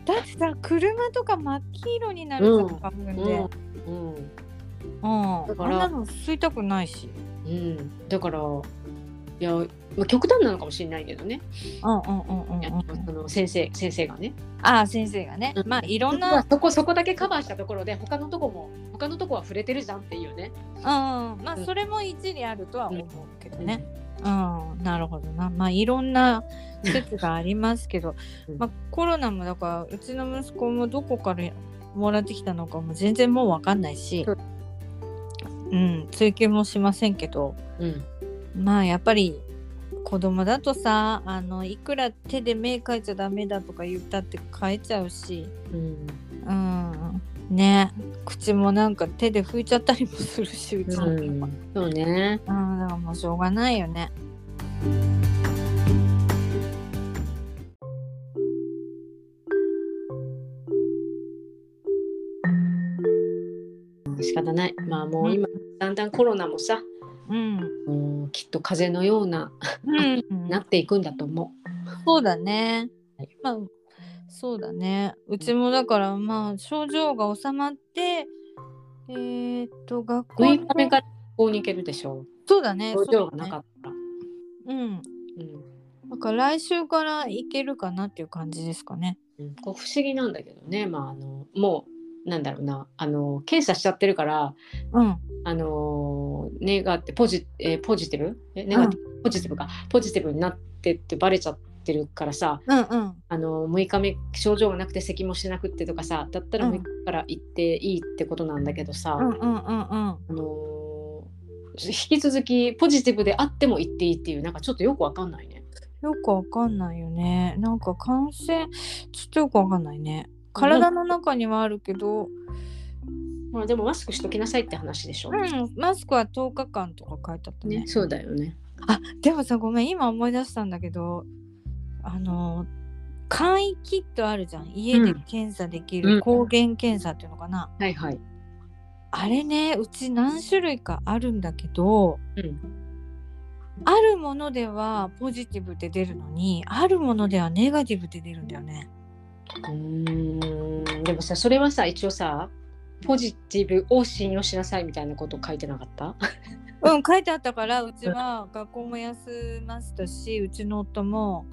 C: だってさ車とか真っ黄色になるじゃん
B: うん
C: 花粉で、うん
B: うんうんだか
C: あ
B: ら
C: んなの吸いたくないし、
B: うん、だからいや、まあ、極端なのかもしれないけどね、
C: うんうんうんうんうん、
B: その先生先生がね
C: ああ先生がね、
B: うん
C: まあいろん
B: ま
C: な
B: あ、そこそこだけカバーしたところで他のとこも他のとこは触れてるじゃんっていうね
C: うん、まあ
B: うん
C: それも一理あるとは思うけどね、うん、なるほどな。まあいろんな説がありますけど
B: う、ん
C: まあコロナもだからうちの息子もどこからもらってきたのかも全然もうわかんないし
B: う、
C: うん、追求もしませんけど、
B: うん
C: まあやっぱり子供だとさ、あのいくら手で目描いちゃダメだとか言ったって描いちゃうし、
B: うん
C: うん、ね、口もなんか手で拭いちゃったりもするし、うちの子は。
B: そうね
C: うん、だからもうしょうがないよね。
B: 仕方ないまあもう今だんだんコロナもさ
C: うん。
B: もうきっと風邪のような
C: うん
B: なっていくんだと思
C: そうだね
B: はい。
C: まあ、そうだね。うちもだから、まあ、症状が収まって、えー、っと、学
B: う
C: 校
B: 6日目から学校に行けるでしょ
C: そうだね。
B: 症状がな
C: そう
B: か
C: だね
B: ったら。
C: うん。
B: うん
C: だから来週から行けるかなっていう感じですかね。
B: うんこう不思議なんだけどね、まあ、あのもうなんだろうなあの検査しちゃってるから
C: うん
B: あのネガってポジ,、えーポジティブえネガティブポジティブかポジティブになってってバレちゃってるからさ
C: うんうん
B: あの6日目症状がなくて咳もしてなくってとかさだったら
C: うん
B: 6日から行っていいってことなんだけどさ、
C: うんうんうん
B: あのー引き続きポジティブであっても行っていいっていうなんかちょっとよくわかんないね。
C: よくわかんないよねなんか感染ちょっとよくわかんないね体の中にはあるけど、
B: まあ、でもマスクしときなさいって話でしょ。
C: うん、マスクは10日間とか書いてあったね
B: ね、そうだよね。
C: あでもさごめん今思い出したんだけどあの簡易キットあるじゃん家で検査でき
B: う
C: る
B: ん
C: 抗原検査っていうのかな、
B: はいはい。
C: あれねうち何種類かあるんだけど、
B: うん
C: あるものではポジティブで出るのにあるものではネガティブで出るんだよね。
B: うーんでもさそれはさ一応さポジティブを信用しなさいみたいなこと書いてなかった
C: うん書いてあったからうちは学校も休ませたしうちの夫も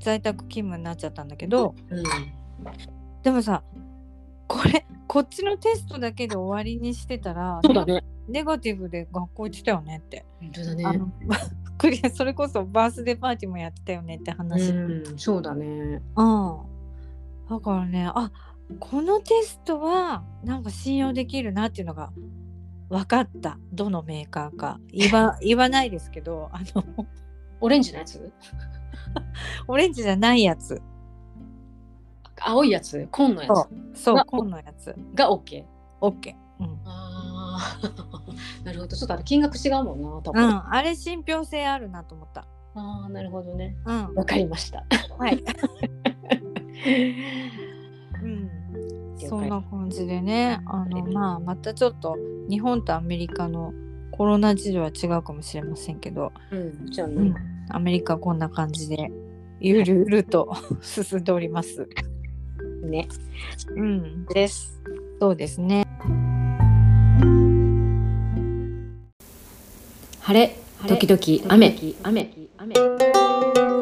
C: 在宅勤務になっちゃったんだけど
B: うん
C: でもさこれこっちのテストだけで終わりにしてたら
B: そうだね
C: ネガティブで学校行ってたよねって、
B: 本当だね
C: あの クリアそれこそバースデーパーティーもやってたよねって話、
B: うんそうだね
C: うん。だからね、あこのテストはなんか信用できるなっていうのが分かった。どのメーカーか。言 わ言わないですけど、あの、
B: オレンジのやつ
C: オレンジじゃないやつ。
B: 青いやつ紺のやつ
C: そう
B: あ、
C: 紺のやつ。
B: が OK
C: OK。うん。
B: あー なるほどちょっとあれ金額違うもんな多
C: う
B: 分、あ
C: ん、あれ信憑性あるなと思った。
B: あーなるほどね
C: うん。
B: わかりました
C: はい。うん。
B: 解
C: そんな感じでね、あの、
B: うん
C: まあ、またちょっと日本とアメリカのコロナ事情は違うかもしれませんけど、
B: うんじゃあね、
C: うんアメリカこんな感じでゆるゆると 進んでおります。
B: ね
C: うん、
B: です
C: そうですね。
D: 晴れ時々雨雨雨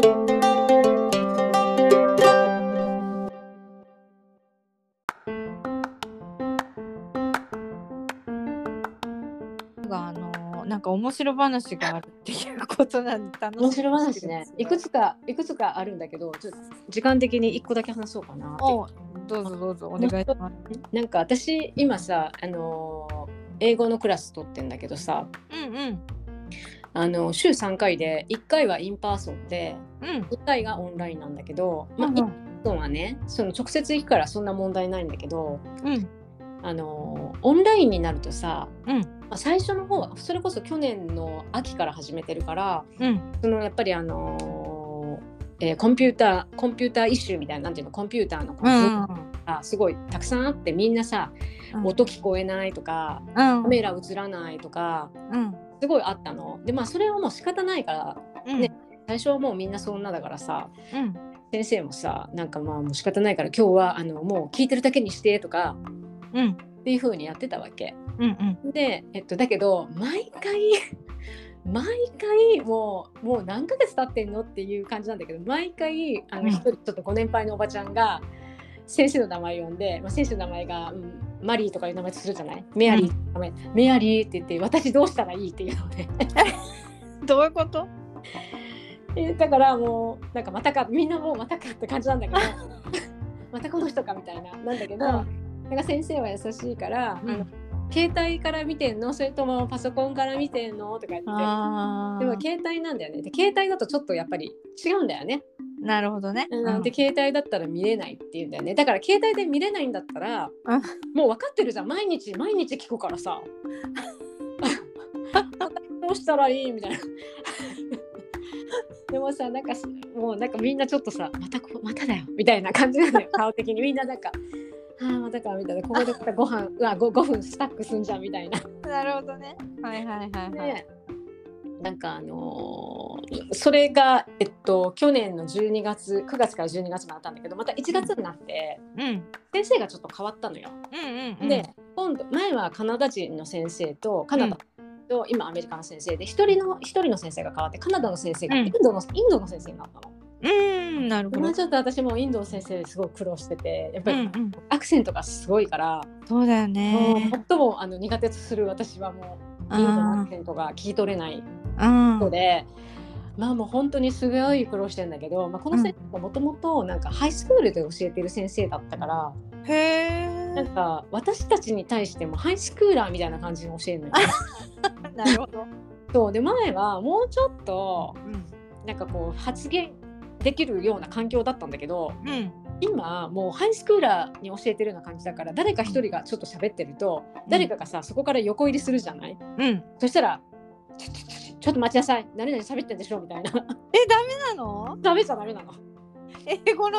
C: があのなんか面白話があるっていうことなんで楽しみ
B: 面白い
C: にしてるんで
B: 話
C: すけど
B: ねいくつかいくつかあるんだけどちょっと時間的に一個だけ話そうかなっていう
C: おどうぞどうぞお願いします。
B: なんか私今さあのー英語のクラス取ってんだけどさ
C: うんうん
B: あの週3回で1回はインパーソンで
C: うん
B: 1回がオンラインなんだけど、まあ、
C: う
B: イン
C: ん
B: パーソンはねその直接行くからそんな問題ないんだけど
C: うん
B: あのーオンラインになるとさ、
C: うん
B: まあ最初の方はそれこそ去年の秋から始めてるから
C: うん
B: そのやっぱりあのーえーコンピューターコンピューターイシューみたいななんていうのコンピューターのこ
C: う
B: の
C: ん
B: 部分がすごいたくさんあってみんなさ、
C: うん
B: 音聞こえないとか
C: うん
B: カメラ映らないとか
C: うん
B: すごいあったのでまあそれはもう仕方ないからね最初はもうみんなそんなだからさ
C: うん
B: 先生もさなんかまあもう仕方ないから今日はあのもう聞いてるだけにしてとか
C: うん
B: っていう風にやってたわけ
C: うんうん
B: で、えっと、だけど毎回 毎回もうもう何ヶ月経ってんのっていう感じなんだけど毎回あ
C: うん
B: の一人ちょっとご年配のおばちゃんが先生の名前呼んで、まあ、先生の名前が、うんマリーとかいう名前するじゃないメアリーって名前、メアリーって言って私どうしたらいいっていうので
C: どういうこと？
B: えーだからもうなんかまたかみんなもうまたかって感じなん だけどまたこの人かみたいななんだけど、
C: うん
B: なんか先生は優しいから、
C: うん
B: あの携帯から見てんのそれともパソコンから見てんのとか言って
C: あ
B: でも携帯なんだよねで携帯だとちょっとやっぱり違うんだよね、
C: なるほどね。
B: うん、で携帯だったら見れないっていうんだよねだから携帯で見れないんだったら
C: うん
B: もう分かってるじゃん毎日毎日聞くからさ どうしたらいいみたいな。 でもさなんかもうなんかみんなちょっとさまたこまただよみたいな感じなのよ顔的にみんななんか 「ああまたか」みたいなここでまたご飯うわ 5, 分スタックすんじゃんみたいな。
C: なるほどね。はいはいはいはい。
B: でなんかあのーそれが、えっと、去年の12月9月から12月まであったんだけどまた1月になって
C: うん
B: 先生がちょっと変わったのよ。
C: うんうん。
B: で、今度前はカナダ人の先生とカナダと、今アメリカの先生で一人の一人の先生が変わってカナダの先生が
C: うん
B: インドの,、インドの先生になったの。
C: うんうん、なるほ
B: も
C: ど
B: う。ちょっと私もインド先生すごい苦労しててやっ
C: う
B: ぱ
C: んう
B: り
C: ん、
B: アクセントがすごいから、
C: そうだよね。
B: もう最もあの苦手とする私はもうインドのアクセントが聞き取れない
C: うん、
B: ので、まあもう本当にすごい苦労してるんだけど、まあ、この先生がもともとなんかハイスクールで教えてる先生だったから、
C: へえ。
B: なんか私たちに対してもハイスクーラーみたいな感じに教えるのよ。
C: なるほど。
B: そうで前はもうちょっと
C: うん、
B: なんかこう発言できるような環境だったんだけど
C: うん、
B: 今もうハイスクーラーに教えてるような感じだから誰か一人がちょっと喋ってると誰かがさそこから横入りするじゃない
C: うん。
B: そしたら「ちょちょちょちょっと待ちなさい何々喋ってんでしょ」みたいな 「
C: え、ダメなの？
B: ダメじゃダメなの」
C: 英語の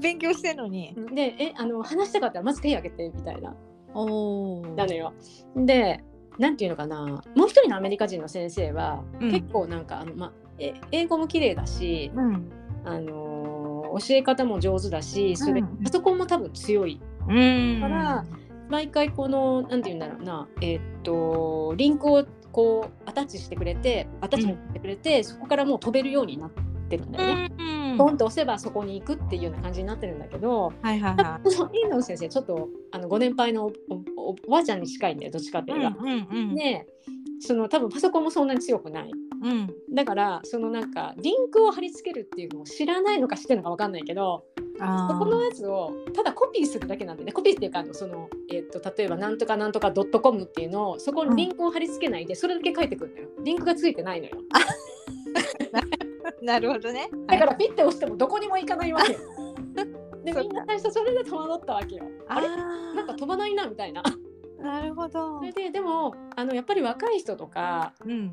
C: 勉強してんのに。
B: で「えあの話したかったらまず手挙げて」みたいな
C: おお。
B: なのよ。でなんていうのかなもう一人のアメリカ人の先生は、
C: うん
B: 結構なんかあの、ま、え英語も綺麗だし、
C: うん。
B: あのー教え方も上手だしそれ、
C: うん
B: パソコンも多分強い
C: うん。
B: から、毎回このなんて言うんだろうなえーっとリンクをこうアタッチしてくれてアタッチしてくれて、そこからもう飛べるようになってるんだよね。
C: うん。
B: ポンと押せばそこに行くっていうような感じになってるんだけど、
C: はいはい は
B: そのインドの先生ちょっとあのご年配のおおおおばあちゃんに近いんだよどっちかって
C: い。
B: いうと。
C: うんうん
B: でその多分パソコンもそんなに強くない
C: うん。
B: だからそのなんかリンクを貼り付けるっていうのを知らないのか知ってるのかわかんないけど
C: あ
B: そこのやつをただコピーするだけなんでねコピーっていうかあのその、えっと例えばなんとかなんとかドットコムっていうのをそこにリンクを貼り付けないでそれだけ書いてくるのよリンクがついてないのよ
C: なるほどね。
B: だからピッて押してもどこにも行かないわけよで
C: そっ
B: み
C: か
B: んな最初それで戸惑ったわけよあれ
C: な
B: なんか飛ばないなみたいな
C: なるほど
B: そ。れででもあのやっぱり若い人とか
C: うん。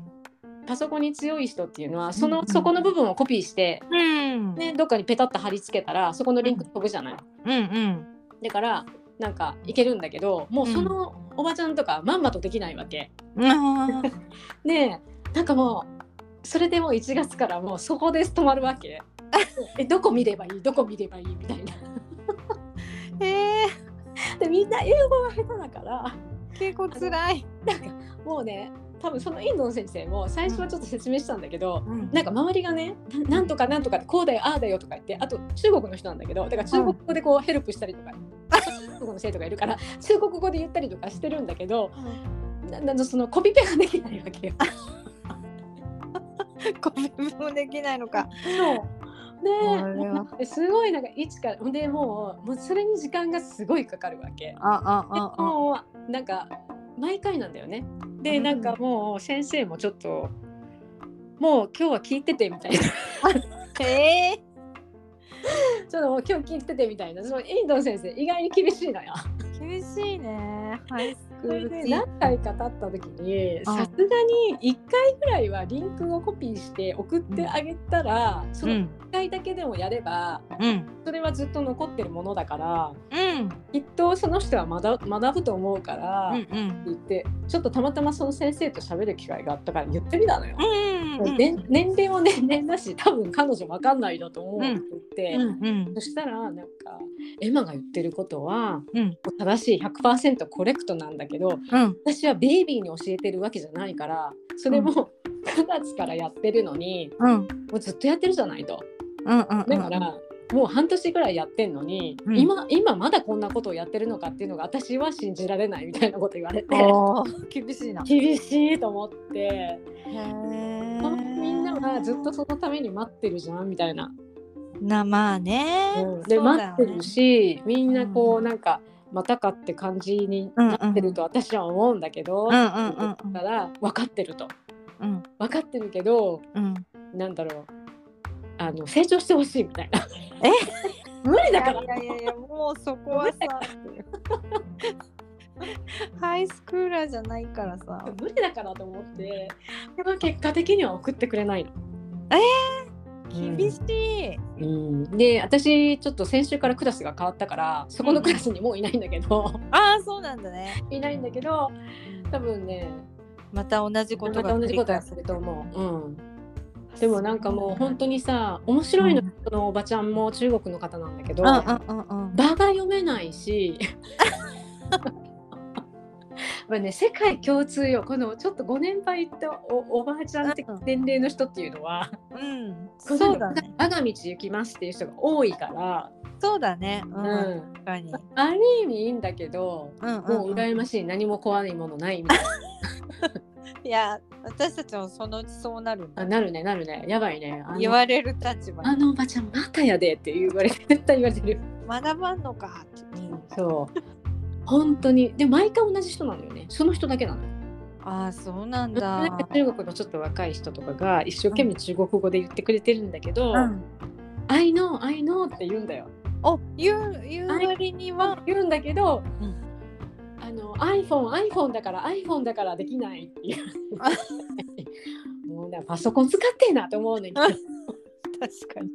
B: パソコンに強い人っていうのはその、
C: うん
B: そこの部分をコピーして、
C: うん。
B: ね、どっかにペタッと貼り付けたらそこのリンク飛ぶじゃない
C: うんうん。
B: だからなんかいけるんだけどもうそのおばちゃんとかまんまとできないわけ。
C: あ
B: でなんかもうそれでもう1月からもうそこで止まるわ け。えどこ見ればいいどこ見ればいいみたいな。
C: ーへえ。
B: でみんな英語が下手だから
C: 結構辛い。
B: もうね多分そのインドの先生も最初はちょっと説明したんだけど。
C: うん
B: なんか周りがねななんとかなんとかってこうだよああだよとか言ってあと中国の人なんだけどだから中国語でこうヘルプしたりとか、中国の生徒がいるから中国語で言ったりとかしてるんだけど、ななんだそのコピペができないわけよ。
C: コピーもできないのか。
B: で
C: あれは
B: ですごいなんか一からほんでもうもうそれに時間がすごいかかるわけ。
C: ああ
B: でもうなんか毎回なんだよね。で
C: うん
B: なんかもう先生もちょっともう今日は聞いててみたいな
C: あ。へえ。
B: ちょっともう今日聞いててみたいなそのインドの先生意外に厳しいのよ。
C: 厳しいね。はい。
B: それで何回か経った時に
C: あ
B: さすがに1回ぐらいはリンクをコピーして送ってあげたら、その1回だけでもやれば
C: うん。
B: それはずっと残ってるものだから
C: うん。
B: きっとその人は学学ぶと思うから、
C: う
B: って
C: ん。
B: 言ってちょっとたまたまその先生と喋る機会があったから言ってみたのよ。
C: うん。うん。
B: 年年齢も年齢だし多分彼女わかんないだと思うって言って、
C: うん。うん
B: そ。したらなんかエマが言ってることは、
C: うん
B: 正しい100%コレクトなんだけど
C: うん。
B: 私はベイビーに教えてるわけじゃないからそれも9月からやってるのに
C: うん。
B: もうずっとやってるじゃないと
C: うん。うん。
B: だから、もう半年ぐらいやってんのに、
C: うん
B: 今今まだこんなことをやってるのかっていうのが私は信じられないみたいなこと言われて
C: おー厳しいな。
B: 厳しいと思って
C: へ
B: みんながずっとそのために待ってるじゃんみたいな。
C: なまあね。
B: で、
C: そうだ
B: 待
C: よ
B: って
C: ね
B: るしみんなこ
C: う
B: うんなんかまたかって感じになってると私は思うんだけど、
C: うんうんうんうん
B: だから分かってると
C: うん
B: 分かってるけど
C: うん。
B: なんだろうあの成長してほしいみたいな。
C: え
B: 無理だから
C: いやいやいやもうそこ はさハイスクーラーじゃないからさ
B: 無理だからと思ってでも結果的には送ってくれないの。うん
C: 厳しい、
B: うん、で私ちょっと先週からクラスが変わったからそこのクラスにもういないんだけど
C: ああそうなんだね
B: いないんだけど多分ね
C: また同じ
B: ま
C: こと
B: た
C: が
B: 同
C: 繰
B: じ
C: り
B: ことや
C: 返
B: っ
C: す
B: てると思う。うんでもなんかもう本当にさ面白いの、
C: うん
B: このおばちゃんも中国の方なんだけど、
C: うん うんうんうん
B: 場が読めないし場ぱりね世界共通よこのちょっとご年配いったおおばあちゃん的
C: うん
B: 年齢の人っていうのは、
C: うん、
B: こ
C: そうだね。
B: 我が道行きますっていう人が多いから、
C: そうだね。う、
B: うんん
C: 確かに。
B: ある意味いいんだけど、
C: うん、うん、
B: もう羨ましい何も怖いものないみたいな。
C: いや、私たちもそのうちそうなるんだ
B: あなるねなるねやばいねあ
C: 言
B: の
C: われる立場
B: あ。のおばちゃんまたやでって言われて絶対言われてる。
C: 学ばんのかって。
B: そう本当にで毎回同じ人なのよねその人だけなのよ。
C: ああ、そうなんだ。
B: 中国のちょっと若い人とかが一生懸命中国語で言ってくれてるんだけど
C: うん、
B: 「I know I know」って言うんだよ。
C: お、言う、言う割には。
B: 言うんだけど、
C: うん
B: あの iPhone iPhone だから iPhone だからできないって いう
C: あ。
B: もうねパソコン使ってえなと思うねんけど
C: 確かに。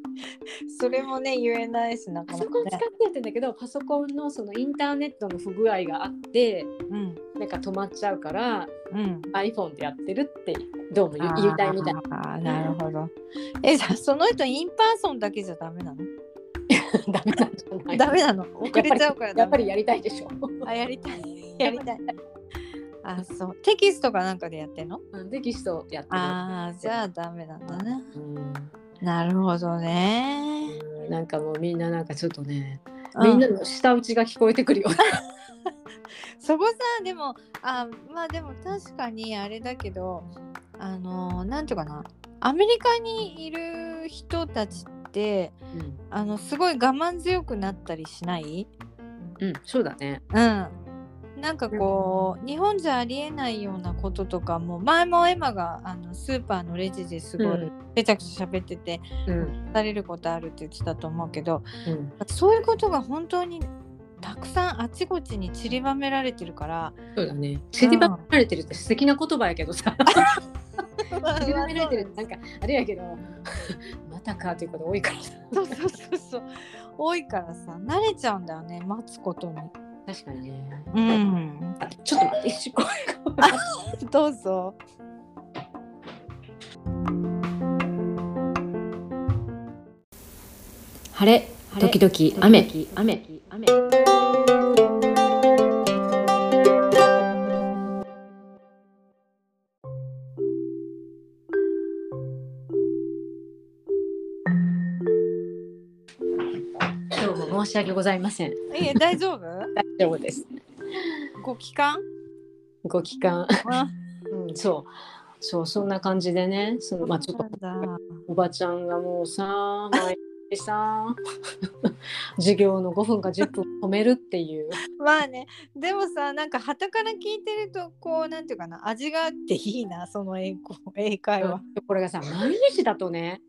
C: それもね、言えないし、な
B: パ
C: かなか、
B: ソコ
C: ね。
B: ン使ってってんだけどパソコンのそのインターネットの不具合があって
C: うん。
B: なんか止まっちゃうから
C: うん。
B: iPhone でやってるってどうも言い言いたいみたいな。
C: ああ、なるほど。え、じゃあその人インパーソンだけじゃダメなの？
B: ダメなんじゃない
C: ダメなの？遅れちゃうから
B: や
C: ダ
B: っぱ
C: メ。
B: りやりたいでしょ。
C: あ、やりたい。 やりたい。あ、そう。テキストかなんかでやってんの？
B: うんテキストやってる。
C: ああ、じゃあダメなんだね。
B: うん
C: なるほどね。
B: なんかもうみんななんかちょっとね、みんな
C: う
B: の舌打ちが聞こえてくるよ。
C: そこさでもあまあでも確かにあれだけどあのなんていうかなアメリカにいる人たちってあのすごい我慢強くなったりしない
B: うん、そうだね。
C: うん。なんかこう、日本じゃありえないようなこととかも前もエマがあのスーパーのレジですごい、
B: うん
C: めちゃくちゃ喋ってて
B: うん、
C: されることあるって言ってたと思うけど
B: うん、
C: そういうことが本当にたくさんあちこちに散りばめられてるから
B: そうだね。散りばめられてるって素敵な言葉やけどさ、散りばめられてるってなんかあれやけど、 またかということ多いからさ。
C: そうそうそうそう多いからさ慣れちゃうんだよね待つことに
B: 確かにね。
C: うん
B: あちょっと待って、一瞬声が。
C: どうぞ
D: 晴れ時々雨雨雨
B: どうも申し訳ございません。
C: い え大丈夫
B: 大丈夫です。
C: ご期間
B: ご帰還。
C: あ
B: うん、そう。そう、そんな感じでね、そのまあちょっと
C: なんだ
B: おばちゃんがもうさ、毎日さ、 授業の5分か10分止めるっていう。
C: まあねでもさなんか旗から聞いてるとこうなんていうかな味があっていいなその英語英会話、
B: これがさ、毎日だとね、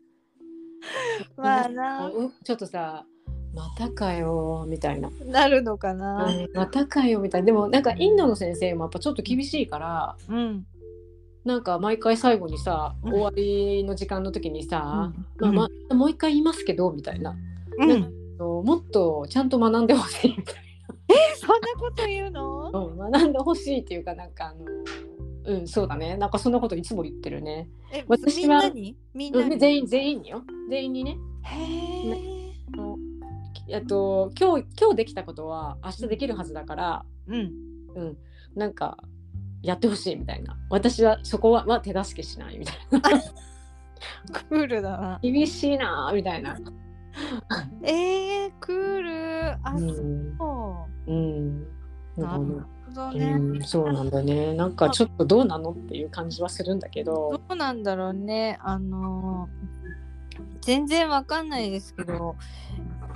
C: まあな
B: うちょっとさ、またかよみたいな、
C: なるのかな
B: うんまたかよみたいなでもなんかインドの先生もやっぱちょっと厳しいから
C: うん、
B: なんか毎回最後にさ
C: うん
B: 終わりの時間の時にさ、
C: う
B: まあ
C: ん
B: まあ、もう一回言いますけどみたいな
C: うん
B: もっとちゃんと学んでほしいみたい
C: そんなこと言うの
B: な、うん学んでほしいっていうかなんかあのうんそうだねなんかそんなこといつも言ってるね、
C: えみ
B: 私
C: ん
B: は
C: なにみん
B: う、
C: なんに
B: 全員全員によ全員にね
C: へえ
B: えっと今日今日できたことは明日できるはずだから
C: うん
B: うん、なんかやってほしいみたいな私はそこはは手助けしないみ たいな
C: クールだな
B: 厳しいなみたいな、
C: えー、クールあ、
B: うん
C: そ
B: うん
C: うなる
B: う
C: ほどね、
B: ん、そうなんだねなんかちょっとどうなのっていう感じはするんだけど
C: どうなんだろうねあの全然わかんないですけど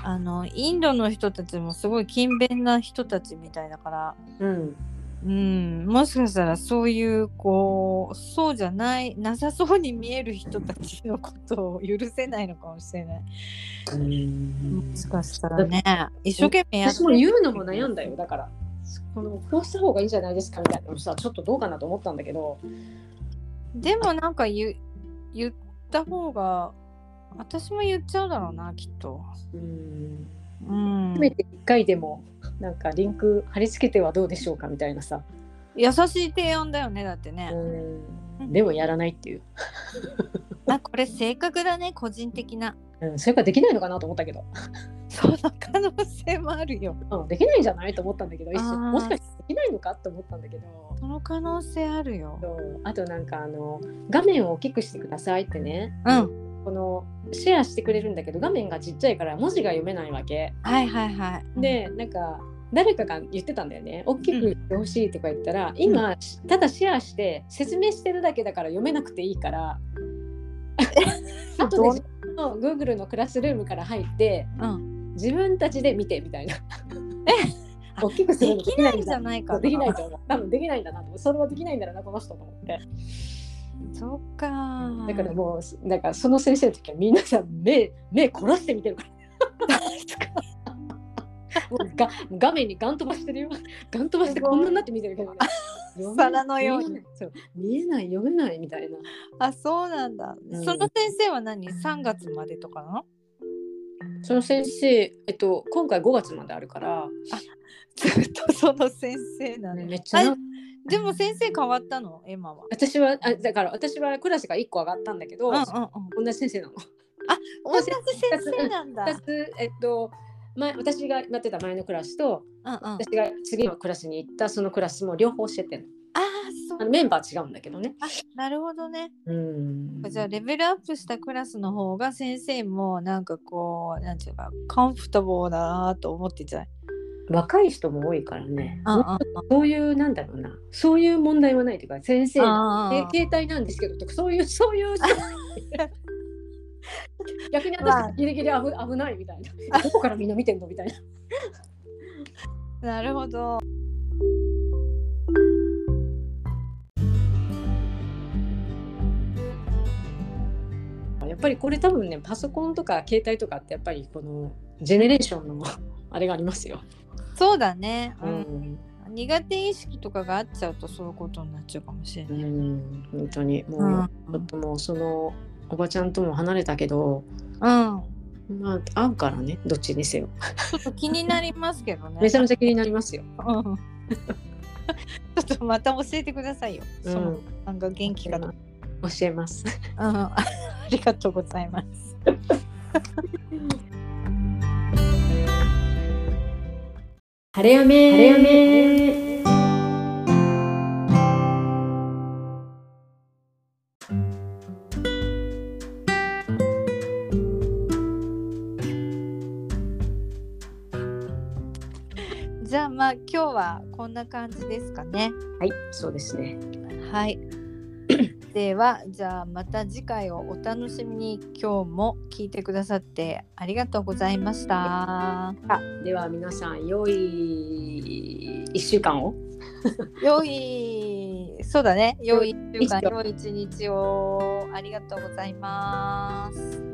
C: あのインドの人たちもすごい勤勉な人たちみたいだから
B: うん
C: うんもしかしたらそういうこうそうじゃないなさそうに見える人たちのことを許せないのかもしれないもしかしたらね一生懸命やっ
B: 私も言うのも悩んだよだからこのこうした方がいいんじゃないですかみたいなのさちょっとどうかなと思ったんだけど
C: でもなんか言う言った方が私も言っちゃうだろうなきっと。
B: うん
C: うん
B: せ、めて1回でもなんかリンク貼り付けてはどうでしょうかみたいなさ、
C: 優しい提案だよねだってね、
B: うん、でもやらないっていう
C: あこれ性格だね個人的な
B: うん、それからできないのかなと思ったけど。
C: その可能性もあるよ。
B: うんできないんじゃないと思ったんだけど一
C: あー
B: 瞬もしかしてできないのかと思ったんだけど
C: その可能性あるよ。
B: そうあとなんかあの画面を大きくしてくださいってね
C: うん。
B: このシェアしてくれるんだけど画面がちっちゃいから文字が読めないわけ
C: はいはいはい。
B: でなんか誰かが言ってたんだよね大きく言ってほしいとか言ったら、今ただシェアして説明してるだけだから読めなくていいから あとで自分の Google のクラスルームから入って
C: うん。
B: 自分たちで見てみたいな 大きくする
C: で
B: の
C: きないんじゃないか
B: そうできないと思う多分できないんだなと思うそれはできないんだろうなこの人と思って
C: そっかー。
B: だからもうだからその先生の時は皆さん目目凝らして見てるから もうが画面にガン飛ばしてるよガン飛ばしてこんなになって見てるけどね読めない
C: 皿のように
B: 見えないそう見えない読めないみたいな
C: あそうなんだ、
B: うん
C: その先生は何3月までとかなの
B: その先生えっと今回5月まであるから
C: ずっとその先生なの、
B: めっちゃな
C: あでも先生変わったのエマは
B: 私はあだから私はクラスが1個上がったんだけど、
C: うんうんうん
B: 同じ先生なの
C: 同じ先生なんだ
B: 二つえっと前私が待ってた前のクラスと
C: うんうんあ
B: 私が次のクラスに行ったそのクラスも両方してて
C: あ
B: あ
C: そ
B: の
C: う
B: メンバー違うんだけどね。
C: あなるほどね
B: うん
C: じゃあレベルアップしたクラスの方が先生もなんかこうなんていうかカンフタボーだなと思ってんじゃない
B: 若い人も多いからね、
C: うんうん
B: そういうなんだろうなそういう問題はないというか先生の
C: うんうん
B: え携帯なんですけどとかそういうそういう逆に
C: まあ
B: 私ギリギリ危危ないみたいなどこからみんな見てんのみたいな。
C: なるほど
B: やっぱりこれ多分ねパソコンとか携帯とかってやっぱりこのジェネレーションのあれがありますよ。
C: そうだね、う、
B: うんん、
C: 苦手意識とかがあっちゃうとそういうことになっちゃうかもしれ
B: う
C: ない、
B: ん、本当にもう、
C: うん
B: ちょっともうそのおばちゃんとも離れたけど、
C: うん、
B: まあ、会うからねどっちにせよ
C: ちょっと気になりますけどね。
B: めちゃめちゃ気になりますよ。
C: うんちょっとまた教えてくださいよ。
B: う
C: その
B: ん、
C: なんか元気がな。
B: 教えます。
C: うん、あ りがとうございます。
D: 晴れ雨
A: 晴れ雨
C: じゃあまあ今日はこんな感じですかね。
B: はいそうですね。
C: はい。ではじゃあまた次回をお楽しみに今日も聞いてくださってありがとうございました。
B: あでは皆さん良い1週間を
C: 良いそうだね良い一週間
B: 一緒
C: 良い一日をありがとうございます。